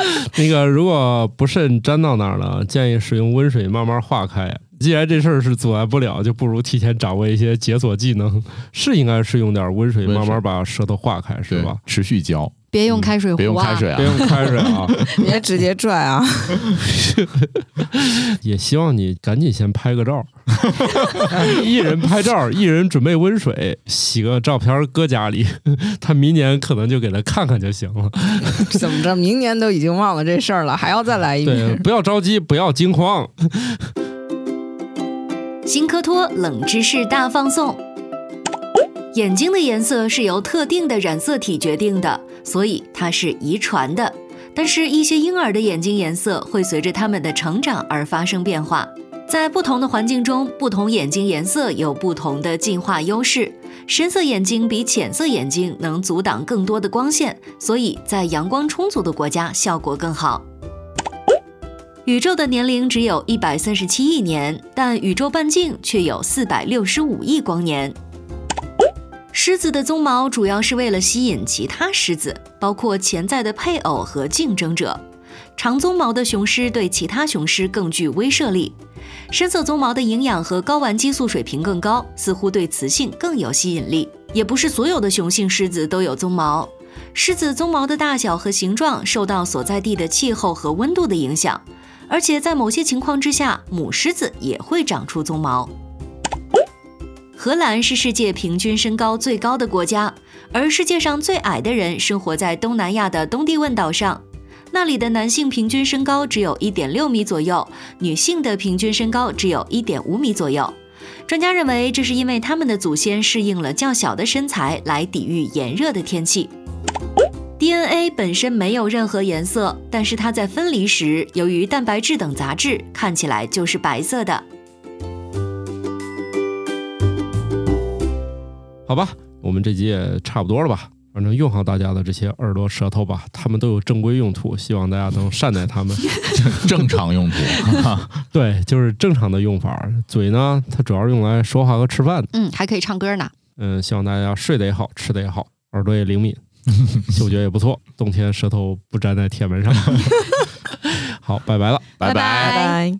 那个如果不慎粘到那儿了，建议使用温水慢慢化开。既然这事儿是阻碍不了，就不如提前掌握一些解锁技能。是应该是用点温水
温水
慢慢把舌头化开，是
对
吧？？
持续浇，
别用开水壶、啊
别用开水啊
别。用开水啊！
别直接拽啊！
也希望你赶紧先拍个 照，一人拍照，一人准备温水，洗个照片搁家里， 他明年可能就给他看看就行了。
怎么着，明年都已经忘了这事儿了，还要再来一
对，
遍？
不要着急，不要惊慌。
新科托冷知识大放送。
眼睛的颜色是由特定的染色体决定的，所以它是遗传的。但是，一些婴儿的眼睛颜色会随着他们的成长而发生变化。在不同的环境中，不同眼睛颜色有不同的进化优势。深色眼睛比浅色眼睛能阻挡更多的光线，所以在阳光充足的国家效果更好。宇宙的年龄只有一百三十七亿年，但宇宙半径却有四百六十五亿光年。狮子的鬃毛主要是为了吸引其他狮子，包括潜在的配偶和竞争者。长鬃毛的雄狮对其他雄狮更具威慑力。深色鬃毛的营养和睾丸激素水平更高，似乎对雌性更有吸引力。也不是所有的雄性狮子都有鬃毛。狮子鬃毛的大小和形状受到所在地的气候和温度的影响，而且在某些情况之下，母狮子也会长出鬃毛。荷兰是世界平均身高最高的国家，而世界上最矮的人生活在东南亚的东帝汶岛上。那里的男性平均身高只有1.6米左右，女性的平均身高只有1.5米左右。专家认为，这是因为他们的祖先适应了较小的身材来抵御炎热的天气。DNA 本身没有任何颜色，但是它在分离时，由于蛋白质等杂质，看起来就是白色的。
好吧，我们这集也差不多了吧？反正用好大家的这些耳朵、舌头吧，他们都有正规用途，希望大家能善待他们。
正常用途，
对，就是正常的用法。嘴呢，它主要是用来说话和吃饭的。
嗯，还可以唱歌呢。
嗯，希望大家睡得也好，吃得也好，耳朵也灵敏，嗅觉也不错。冬天舌头不粘在铁门上。好，拜拜了。
拜拜。
拜拜。